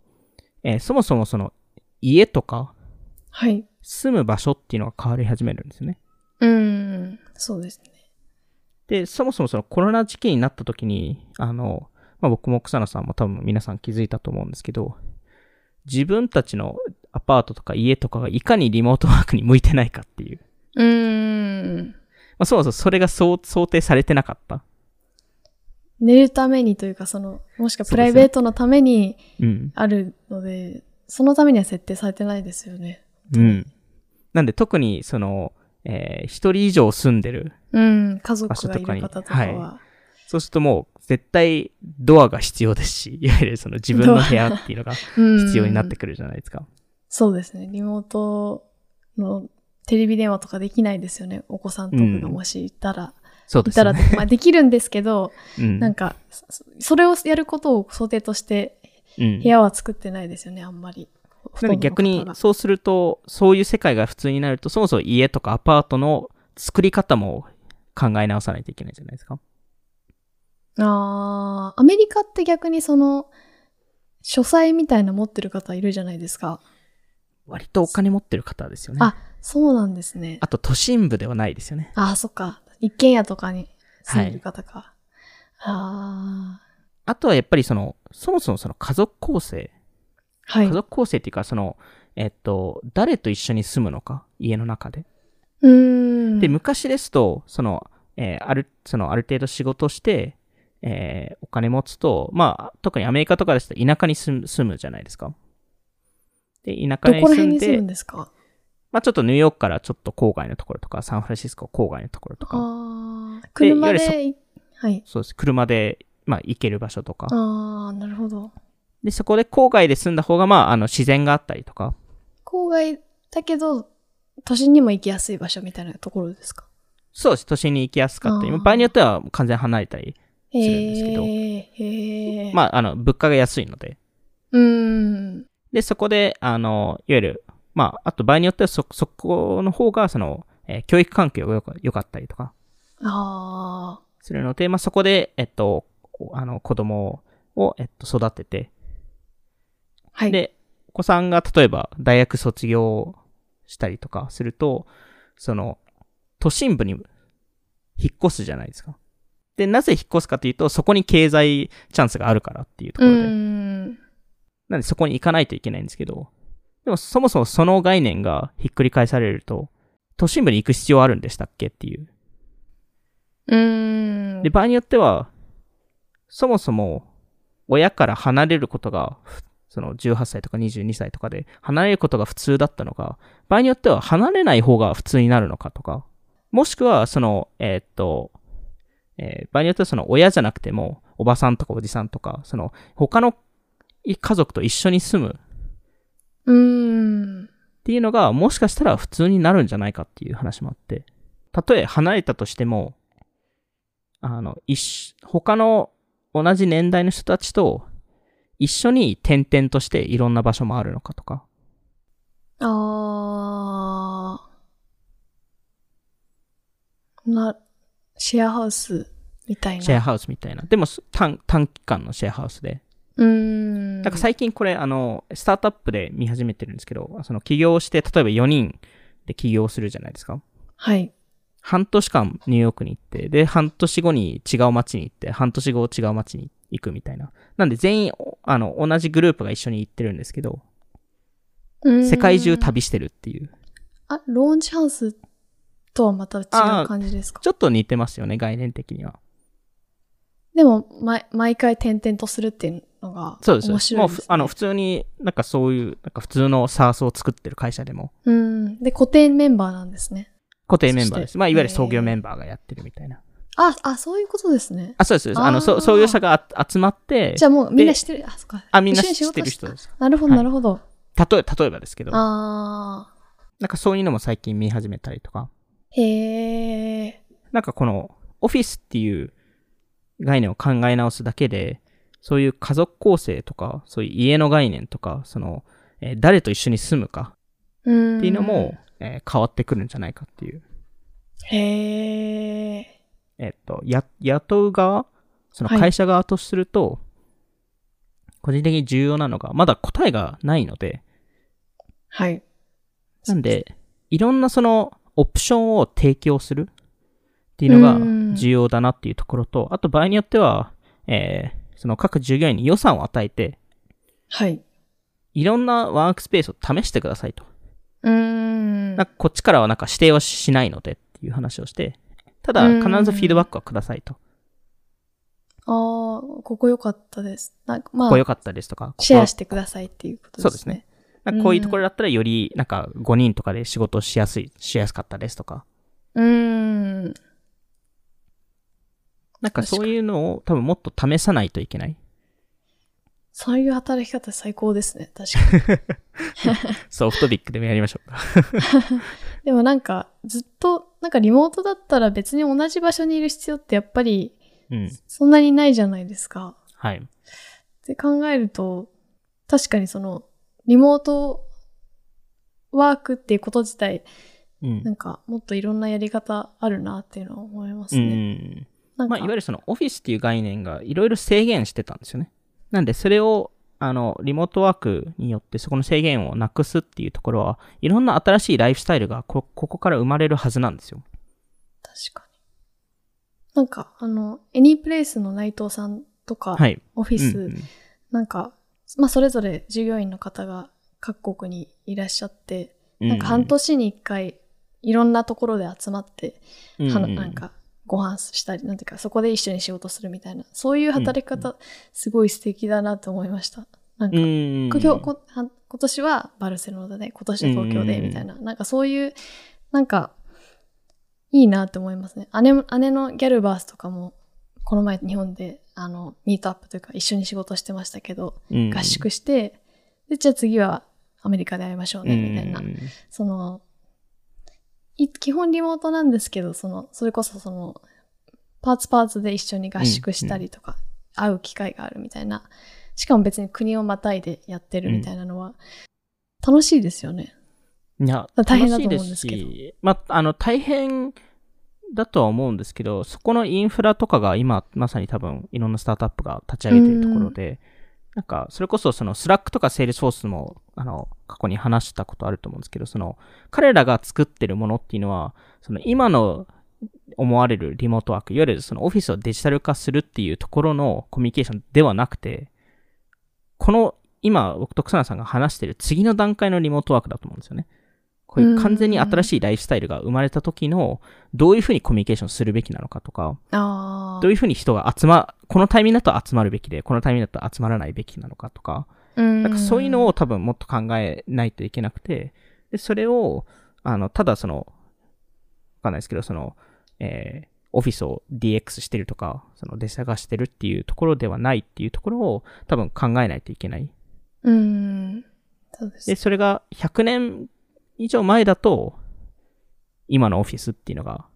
Speaker 2: えーそもそもその、家とか、
Speaker 1: はい。
Speaker 2: 住む場所っていうのが変わり始めるんですよね。
Speaker 1: うーん。そうですね。
Speaker 2: で、そもそもそのコロナ時期になった時に、あの、まあ、僕も草野さんも多分皆さん気づいたと思うんですけど、自分たちのアパートとか家とかがいかにリモートワークに向いてないかっていう。
Speaker 1: うーん。
Speaker 2: まあ、そうそう、それがそう想定されてなかった。
Speaker 1: 寝るためにというか、その、もしくはプ
Speaker 2: そうですね
Speaker 1: ライベートのために
Speaker 2: うん。
Speaker 1: あるので、そのためには設定されてないですよね。
Speaker 2: うん。なんで特に、その、えー一人以上住んでる。
Speaker 1: うん。家
Speaker 2: 場
Speaker 1: 族
Speaker 2: 所
Speaker 1: が
Speaker 2: と
Speaker 1: い
Speaker 2: かに
Speaker 1: る方とかは。
Speaker 2: はそうするともう、絶対ドアが必要ですし、 いわゆるその自分の部屋っていうのが
Speaker 1: うん
Speaker 2: 必要になってくるじゃないですか。
Speaker 1: そうですね。リモートのテレビ電話とかできないですよね。お子さんとかがもしいたら。
Speaker 2: そうで
Speaker 1: い
Speaker 2: す
Speaker 1: た
Speaker 2: よ
Speaker 1: ら
Speaker 2: ね。
Speaker 1: まあできるんですけど、
Speaker 2: うん
Speaker 1: なんか、そそれをやることを想定として、
Speaker 2: うん
Speaker 1: 部屋は作ってないですよね、あんまり。
Speaker 2: なんで逆
Speaker 1: ほと
Speaker 2: に
Speaker 1: んどの方が
Speaker 2: そうすると、そういう世界が普通になると、そもそも家とかアパートの作り方も考え直さないといけないじゃないですか。
Speaker 1: あーアメリカって逆にその、書斎みたいな持ってる方いるじゃないですか。
Speaker 2: 割とお金持ってる方ですよね。
Speaker 1: あそうなんですね。
Speaker 2: あと都心部ではないですよね。
Speaker 1: ああ、そっか。一軒家とかに住んでる方か。ああ、
Speaker 2: あとはやっぱりその、そもそもその家族構成。
Speaker 1: はい。
Speaker 2: 家
Speaker 1: う
Speaker 2: 族構成っていうか、その、えっと、誰と一緒に住むのか、家の中で。
Speaker 1: ーん。
Speaker 2: で、昔ですと、その、えーある、その、ある程度仕事して、えーお金持つと、まあ、特にアメリカとかですと田舎に住む住むじゃないですか。で、田舎
Speaker 1: ど
Speaker 2: に
Speaker 1: こら
Speaker 2: 住
Speaker 1: 辺
Speaker 2: ん
Speaker 1: に住
Speaker 2: で
Speaker 1: むん、ですか
Speaker 2: まあちょっとニューヨークからちょっと郊外のところとか、サンフランシスコ郊外のところとか、
Speaker 1: ああ、
Speaker 2: でいわ
Speaker 1: 車
Speaker 2: ゆるそ
Speaker 1: でい、はい。
Speaker 2: そうです。車で、まあ行ける場所とか。
Speaker 1: ああ、なるほど。
Speaker 2: で、そこで郊外で住んだ方が、まあ、あの、自然があったりとか、
Speaker 1: 郊外だけど、都心にも行きやすい場所みたいなところですか
Speaker 2: そうです。都心に行きやすかったり、
Speaker 1: あー
Speaker 2: 場合によっては完全に離れたり、
Speaker 1: へ
Speaker 2: するんですけど
Speaker 1: え、へえ。
Speaker 2: まあ、あの、物価が安いので。
Speaker 1: うーん。
Speaker 2: で、そこで、あの、いわゆる、まあ、あと場合によってはそ、そこの方が、その、えー教育環境がよか良かったりとか
Speaker 1: ああ。
Speaker 2: するので、まあ、そこで、えっと、こあの、子供を、えっと、育てて、
Speaker 1: はい。
Speaker 2: で、お子さんが例えば大学卒業したりとかすると、その、都心部に引っ越すじゃないですか。で、なぜ引っ越すかというと、そこに経済チャンスがあるからっていうとこ
Speaker 1: う
Speaker 2: ろで、
Speaker 1: ーん。
Speaker 2: なんでそこに行かないといけないんですけど、でもそもそもその概念がひっくり返されると、都心部に行く必要あるんでしたっけっていう。
Speaker 1: うーん
Speaker 2: で、。場合によっては、そもそも親から離れることが、ふその18歳とか22歳とかで離れることが普通だったのか、場合によっては離れない方が普通になるのかとか、もしくは、その、えーっと、えー場合によってはその親じゃなくても、おばさんとかおじさんとか、その他の家族と一緒に住む
Speaker 1: うーん。
Speaker 2: っていうのが、もしかしたら普通になるんじゃないかっていう話もあって、たとえ離れたとしても、あの、一緒他の同じ年代の人たちと一緒に転々としていろんな場所もあるのかとか、
Speaker 1: ああ。な、シェアハウスみたいな。
Speaker 2: シェアハウスみたいな。でもす短短期間のシェアハウスで。
Speaker 1: うーん。
Speaker 2: なんか最近これ、あの、スタートアップで見始めてるんですけど、その起業して、例えば4人で起業するじゃないですか。
Speaker 1: はい。
Speaker 2: 半年間ニューヨークに行って、で、半年後に違う街に行って、半年後違う街に行くみたいな。なんで全員、おあの、同じグループが一緒に行ってるんですけど、
Speaker 1: うーん
Speaker 2: 世界中。旅してるっていう。
Speaker 1: あ、ローンチハウスとはまた違
Speaker 2: あ
Speaker 1: う
Speaker 2: ー
Speaker 1: 感じですか
Speaker 2: ちょっと似てますよね、概念的には。
Speaker 1: でも、毎毎回転々とするっていうのが
Speaker 2: そう
Speaker 1: 面
Speaker 2: です。
Speaker 1: 白い
Speaker 2: もう
Speaker 1: です、
Speaker 2: ふ、あの、普通に、なんかそういう、なんか普通の s a ス s を作ってる会社でも、
Speaker 1: うん。で、固定メンバーなんですね。
Speaker 2: 固定メンバーで
Speaker 1: そし
Speaker 2: す。
Speaker 1: て
Speaker 2: まあ、いわゆる創業メンバーがやってるみたいな。
Speaker 1: あ、あ、そういうことですね。
Speaker 2: あ、そうです。そうですあの、
Speaker 1: あー
Speaker 2: そう創業者があ集まって
Speaker 1: じ、ゃあもうみんな知ってる。あ、そっか。
Speaker 2: あ、みんな
Speaker 1: 一緒に仕
Speaker 2: 知っ
Speaker 1: 事
Speaker 2: てる
Speaker 1: し
Speaker 2: 人です。
Speaker 1: なるほど、
Speaker 2: はい
Speaker 1: なるほど。
Speaker 2: 例え、例えばですけど、な
Speaker 1: あ
Speaker 2: んかそういうのも最近見始めたりとか、
Speaker 1: ー。へー。
Speaker 2: なんかこのオフィスっていう概念を考え直すだけで、そういう家族構成とか、そういう家の概念とか、その、えー誰と一緒に住むか
Speaker 1: うん。
Speaker 2: っていうのも、。えー変わってくるんじゃないかっていう。
Speaker 1: へー。
Speaker 2: えっと、や、雇う側、その
Speaker 1: はい
Speaker 2: 会社側とすると、個人的に重要なのが、まだ答えがないので、
Speaker 1: はい。
Speaker 2: なんで、いろんなそのオプションを提供するっていうの
Speaker 1: うん
Speaker 2: が重要だなっていうところと、あと場合によっては、えーその各従業員に予算を与えて、
Speaker 1: はい。
Speaker 2: いろんなワークスペースを試してくださいと。
Speaker 1: うーん。
Speaker 2: なんかこっちからはなんか指定はしないのでっていう話をして、ただ
Speaker 1: うん
Speaker 2: 必ずフィードバックはくださいと。
Speaker 1: あー、ここ良かったです。なんかまあ、
Speaker 2: ここ良かったですとか、こ
Speaker 1: シ
Speaker 2: こ
Speaker 1: ェ
Speaker 2: は
Speaker 1: アしてくださいっていうことですね。
Speaker 2: そうですね。なんかこういうところだったらよりなんか5人とかで仕事をしやすい、しやすかったですとか、
Speaker 1: うーん。
Speaker 2: なんかそういうのを多分もっと試さないといけない。
Speaker 1: そういう働き方最高ですね。確 かに。
Speaker 2: ソフトビックでもやりましょうか。
Speaker 1: でもなんか、ずっと、なんかリモートだったら別に同じ場所にいる必要ってやっぱり
Speaker 2: うん。
Speaker 1: そんなにないじゃないですか。
Speaker 2: はい。
Speaker 1: って考えると、確かにその、リモートワークっていうこと自体、
Speaker 2: うん
Speaker 1: なんかもっといろんなやり方あるなっていうのは思います
Speaker 2: う
Speaker 1: ね。
Speaker 2: ん。
Speaker 1: なん
Speaker 2: ま
Speaker 1: か、
Speaker 2: あ、いわゆるそのオフィスっていう概念がいろいろ制限してたんですよね。なんで、それを、あの、リモートワークによってそこの制限をなくすっていうところは、いろんな新しいライフスタイルがこ、ここから生まれるはずなんですよ。
Speaker 1: 確かに。なんか、あの、エニープレイスの内藤さんとか、
Speaker 2: はい。
Speaker 1: オフィス、
Speaker 2: うんうん
Speaker 1: なんか、まあそれぞれ従業員の方が各国にいらっしゃって、
Speaker 2: うん
Speaker 1: なんか半年に一回、いろんなところで集まって、
Speaker 2: うん
Speaker 1: はななんかご飯したりなんていうかそこで一緒に仕事するみたいなそういう働き方、すごい素敵だなと思いましたなんか、
Speaker 2: うん
Speaker 1: 今日こは今年はバルセロナで今年は東京で
Speaker 2: うん
Speaker 1: みたいな、なんかそういうなんかいいなって思いますね姉も姉のギャルバースとかもこの前日本であのミートアップというか一緒に仕事してましたけど
Speaker 2: うん
Speaker 1: 合宿して、でじゃあ次はアメリカで会いましょうねみたいな、
Speaker 2: うん
Speaker 1: その、い基本リモートなんですけど、その、それこそその、パーツパーツで一緒に合宿したりとか、会う機会があるみたいな。しかも別に国をまたいでやってるみたいなのは、楽しいですよね。
Speaker 2: いや、
Speaker 1: 大変だと
Speaker 2: 楽しい
Speaker 1: 思うんですけど
Speaker 2: しまあ、あの、大変だとは思うんですけど、そこのインフラとかが今、まさに多分、いろんなスタートアップが立ち上げてるところで、なんか、それこそ、その、スラックとかセールスフォースも、あの、過去に話したことあると思うんですけど、その、彼らが作ってるものっていうのは、その、今の思われるリモートワーク、いわゆるその、オフィスをデジタル化するっていうところのコミュニケーションではなくて、この、今、僕と草野さんが話してる次の段階のリモートワークだと思うんですよね。こういう完全に新しいライフスタイルが生まれた時の、どういうふうにコミュニケーションするべきなのかとか、
Speaker 1: ああ。
Speaker 2: どういうふうに人が集ま、このタイミングだと集まるべきで、このタイミングだと集まらないべきなのかとか、なんかそういうの
Speaker 1: を、
Speaker 2: を多分もっと考えないといけなくて、で、それを、あの、ただその、わかんないですけど、その、えーオフィスを DX してるとか、その出探してるっていうところではないっていうところを多分考えないといけない。
Speaker 1: うん。そうです
Speaker 2: で、。それが100年以上前だと、今のオフィスっていうのが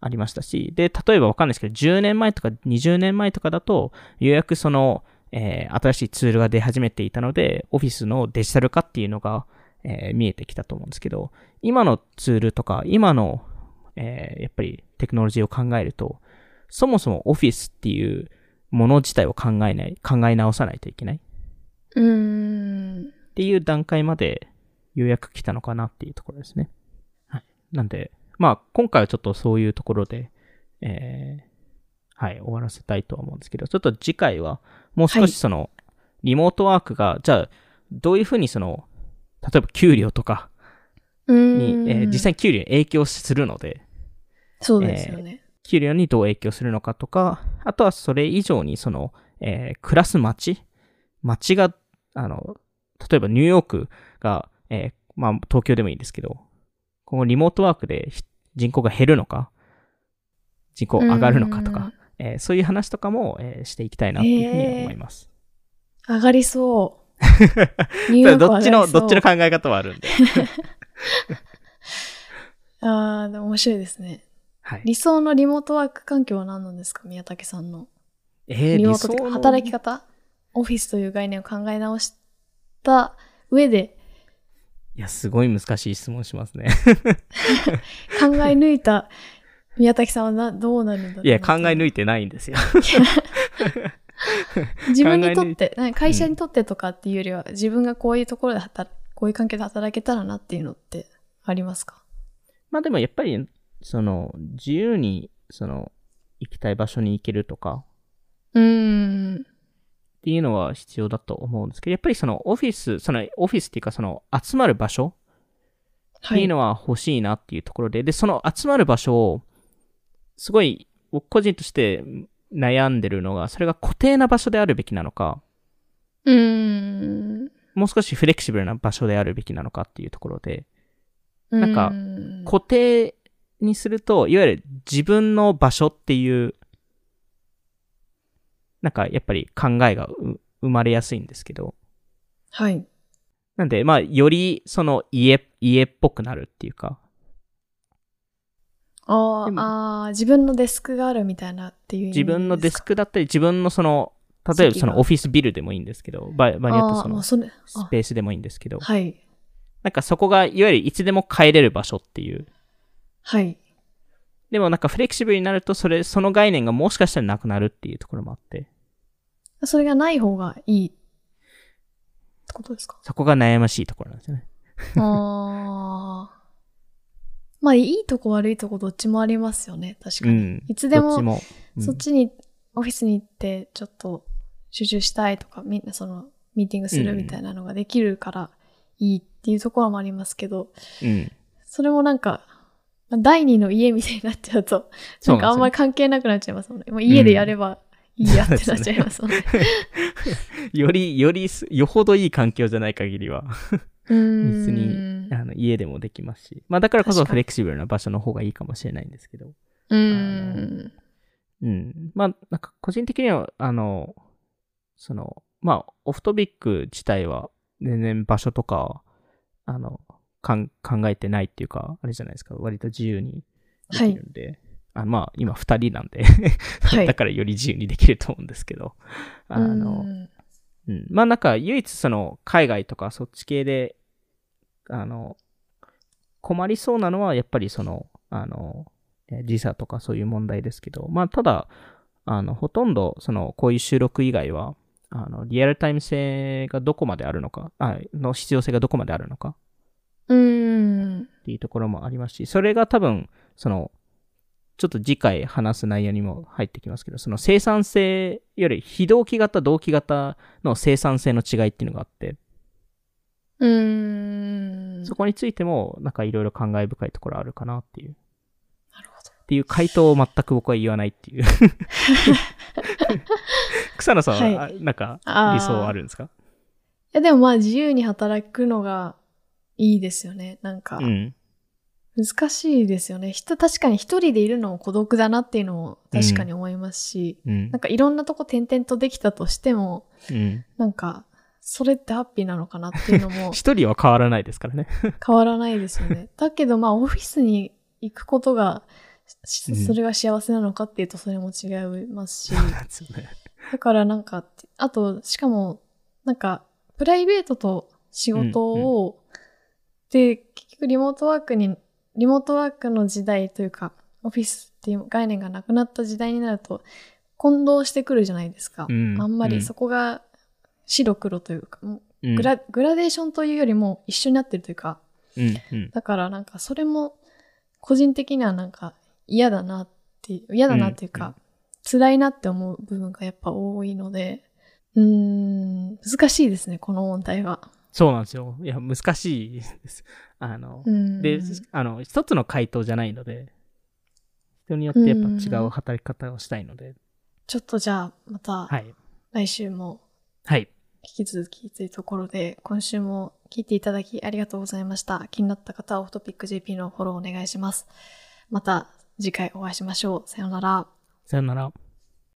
Speaker 2: ありましたし、で、例えばわかんないですけど、10年前とか20年前とかだと、ようやくその、えー新しいツールが出始めていたので、オフィスのデジタル化っていうのが、えー見えてきたと思うんですけど、今のツールとか、今の、えーやっぱりテクノロジーを考えると、そもそもオフィスっていうもの自体を考えない、考え直さないといけない。
Speaker 1: うん。
Speaker 2: っていう段階までようやく来たのかなっていうところですね。はい。なんで、まあ今回はちょっとそういうところで、えー、はい、終わらせたいとは思うんですけど、ちょっと次回はもう少
Speaker 1: はい
Speaker 2: しその、リモートワークが、じゃあどういうふうにその、例えば給料とか
Speaker 1: うん
Speaker 2: に、えー実際に給料に影響するので、
Speaker 1: そうですよね。
Speaker 2: 給料にどう影響するのかとか、あとはそれ以上にその、えー暮らす街街が、あの、例えばニューヨークが、えーまあ東京でもいいですけど、このリモートワークでひ人口が減るのか、人口上がるのかとか、えーそういう話とかも、えーしていきたいなっていうふうには思います。
Speaker 1: うん。上がり そう。ニュー
Speaker 2: た
Speaker 1: ヨー
Speaker 2: だ
Speaker 1: ク上
Speaker 2: ど
Speaker 1: が
Speaker 2: っ
Speaker 1: り
Speaker 2: ち
Speaker 1: そう
Speaker 2: の、どっちの考え方はあるんで。
Speaker 1: ああ、でも面白いですね。
Speaker 2: はい。
Speaker 1: 理想のリモートワーク環境は何なんですか宮武さんの。
Speaker 2: え
Speaker 1: リモートというか働き
Speaker 2: 方
Speaker 1: 方オフィスという概念を考え直した上で
Speaker 2: いや、すごい難しい質問しますね。
Speaker 1: 考え抜い た宮崎さんはなどうなるんだろうない
Speaker 2: や、考え抜いてないんですよ。
Speaker 1: 自分にとって、なんか会社
Speaker 2: うん
Speaker 1: にとってとかっていうよりは、自分がこういうところで働こういう環境で働けたらなっていうのってありますか
Speaker 2: まあでもやっぱり、その、自由に、その、行きたい場所に行けるとか、
Speaker 1: うーん。
Speaker 2: っていうのは必要だと思うんですけど、やっぱりそのオフィス、そのオフィスっていうかその集まる場所っ
Speaker 1: は
Speaker 2: ていうのは欲しいなっていうところで、で、その集まる場所を、すごい僕個人として悩んでるのが、それが固定な場所であるべきなのか、
Speaker 1: うーん。
Speaker 2: もう少しフレキシブルな場所であるべきなのかっていうところで、なんか
Speaker 1: うーん
Speaker 2: 固定にすると、いわゆる自分の場所っていう、なんかやっぱり考えがう生まれやすいんですけど、
Speaker 1: はい。
Speaker 2: なんで、まあ、よりその家、家っぽくなるっていうか、
Speaker 1: あ
Speaker 2: で
Speaker 1: ー
Speaker 2: も
Speaker 1: あー、自分のデスクがあるみたいなっていう意味
Speaker 2: 自分のデス
Speaker 1: ク
Speaker 2: クだったり、自分のその、例えば
Speaker 1: 席
Speaker 2: そ
Speaker 1: が
Speaker 2: のオフィスビルでもいいんですけど、場場
Speaker 1: あ
Speaker 2: によって
Speaker 1: あ
Speaker 2: そ
Speaker 1: ー、も
Speaker 2: の
Speaker 1: う
Speaker 2: ス
Speaker 1: それ、あ
Speaker 2: ペースでもいいんですけど、
Speaker 1: はい。
Speaker 2: なんかそこが、いわゆるいつでも帰れる場所っていう。
Speaker 1: はい。
Speaker 2: でもなんかフレキシブルになると、それ、その概念がもしかしたらなくなるっていうところもあって。
Speaker 1: それがない方がいいってことですか
Speaker 2: そこが悩ましいところなんですよね。
Speaker 1: ああ。まあ、いいとこ悪いとこどっちもありますよね、確か
Speaker 2: う
Speaker 1: に。
Speaker 2: ん。
Speaker 1: いつでも
Speaker 2: どっちも。うん
Speaker 1: そっちに、オフィスに行って、ちょっと集中したいとか、みんなその、ミーティングするみたいなのができるから、いいっていうところもありますけど、
Speaker 2: うん。
Speaker 1: それもなんか、まあ第二の家みたいになっちゃうと、
Speaker 2: そ
Speaker 1: な
Speaker 2: うん
Speaker 1: かあんまり
Speaker 2: り。
Speaker 1: 関係なくなっちゃいますもんね。もう家でやればいいやってなっちゃいますもんね。
Speaker 2: より、よりす、よほどいい環境じゃない限りは、
Speaker 1: うーん
Speaker 2: 別にあの家でもできますし。まあだからこそ
Speaker 1: 確かに
Speaker 2: フレキシブルな場所の方がいいかもしれないんですけど。
Speaker 1: うーん。
Speaker 2: うん。まあ、なんか個人的には、あの、その、まあ、オフトビック自体は、全然場所とか、あの、かん考えてないっていうか、あれじゃないですか、割と自由にできるんで、あのまあ、今二人なんで、
Speaker 1: はい
Speaker 2: だからより自由にできると思うんですけど、あの、
Speaker 1: うん
Speaker 2: うん、まあなんか唯一その海外とかそっち系であの困りそうなのは、やっぱりその、あの、えー時差とかそういう問題ですけど、まあ、ただ、あの、ほとんど、その、こういう収録以外は、あの、リアルタイム性がどこまであるのか、あの必要性がどこまであるのか
Speaker 1: うーん。
Speaker 2: っていうところもありますし、それが多分、その、ちょっと次回話す内容にも入ってきますけど、その生産性より非同期型、同期型の生産性の違いっていうのがあって、
Speaker 1: うーん。
Speaker 2: そこについても、なんかいろいろ感慨深いところあるかなっていう、っ
Speaker 1: なるほど。
Speaker 2: ていう回答を全く僕は言わないっ ていう。草野さんは、
Speaker 1: はい
Speaker 2: あなんか
Speaker 1: あー
Speaker 2: 理想あるんですか
Speaker 1: いやでもまあ自由に働くのがいいですよね。なんか
Speaker 2: う、ん。
Speaker 1: 難しいですよね。人、確かに一人でいるのも孤独だなっていうのも確かに思いますし、
Speaker 2: うん
Speaker 1: なん。かいろんなとこ点々とできたとしても、
Speaker 2: うん。
Speaker 1: なんか、それってハッピーなのかなっていうの も
Speaker 2: 一人は変わらないですからね。
Speaker 1: 変わらないですよね。 だけどまあオフィスに行くことが、し
Speaker 2: うん
Speaker 1: それが幸せなのかっていうとそれも違います し、
Speaker 2: なんですよね
Speaker 1: だからなんか、あと、しかも、なんか、プライベートと仕事を、で、結局リモートワークに、リモートワークの時代というか、オフィスっていう概念がなくなった時代になると、混同してくるじゃないですか。
Speaker 2: うん
Speaker 1: あんま
Speaker 2: うん
Speaker 1: りそこが白黒というか、もう
Speaker 2: うん
Speaker 1: グラグラデーションというよりも一緒になってるというか、
Speaker 2: うんうん
Speaker 1: だからなんかそれも個人的にはなんか嫌だなって、嫌だなっていうか、辛いなって思う部分がやっぱ多いので、うーん、難しいですね、この問題は。
Speaker 2: そうなんですよ。いや、難しいです。あの、
Speaker 1: うん、
Speaker 2: で、あの、一つの回答じゃないので、人によってやっぱ違う働き方をしたいので、
Speaker 1: ちょっとじゃあまた
Speaker 2: はい。
Speaker 1: 来週も
Speaker 2: はい。
Speaker 1: 引き続きというところで、今週も聞いていただきありがとうございました。気になった方はオフトピック JP のフォローお願いします。また次回お会いしましょう。さようなら。
Speaker 2: さよなら。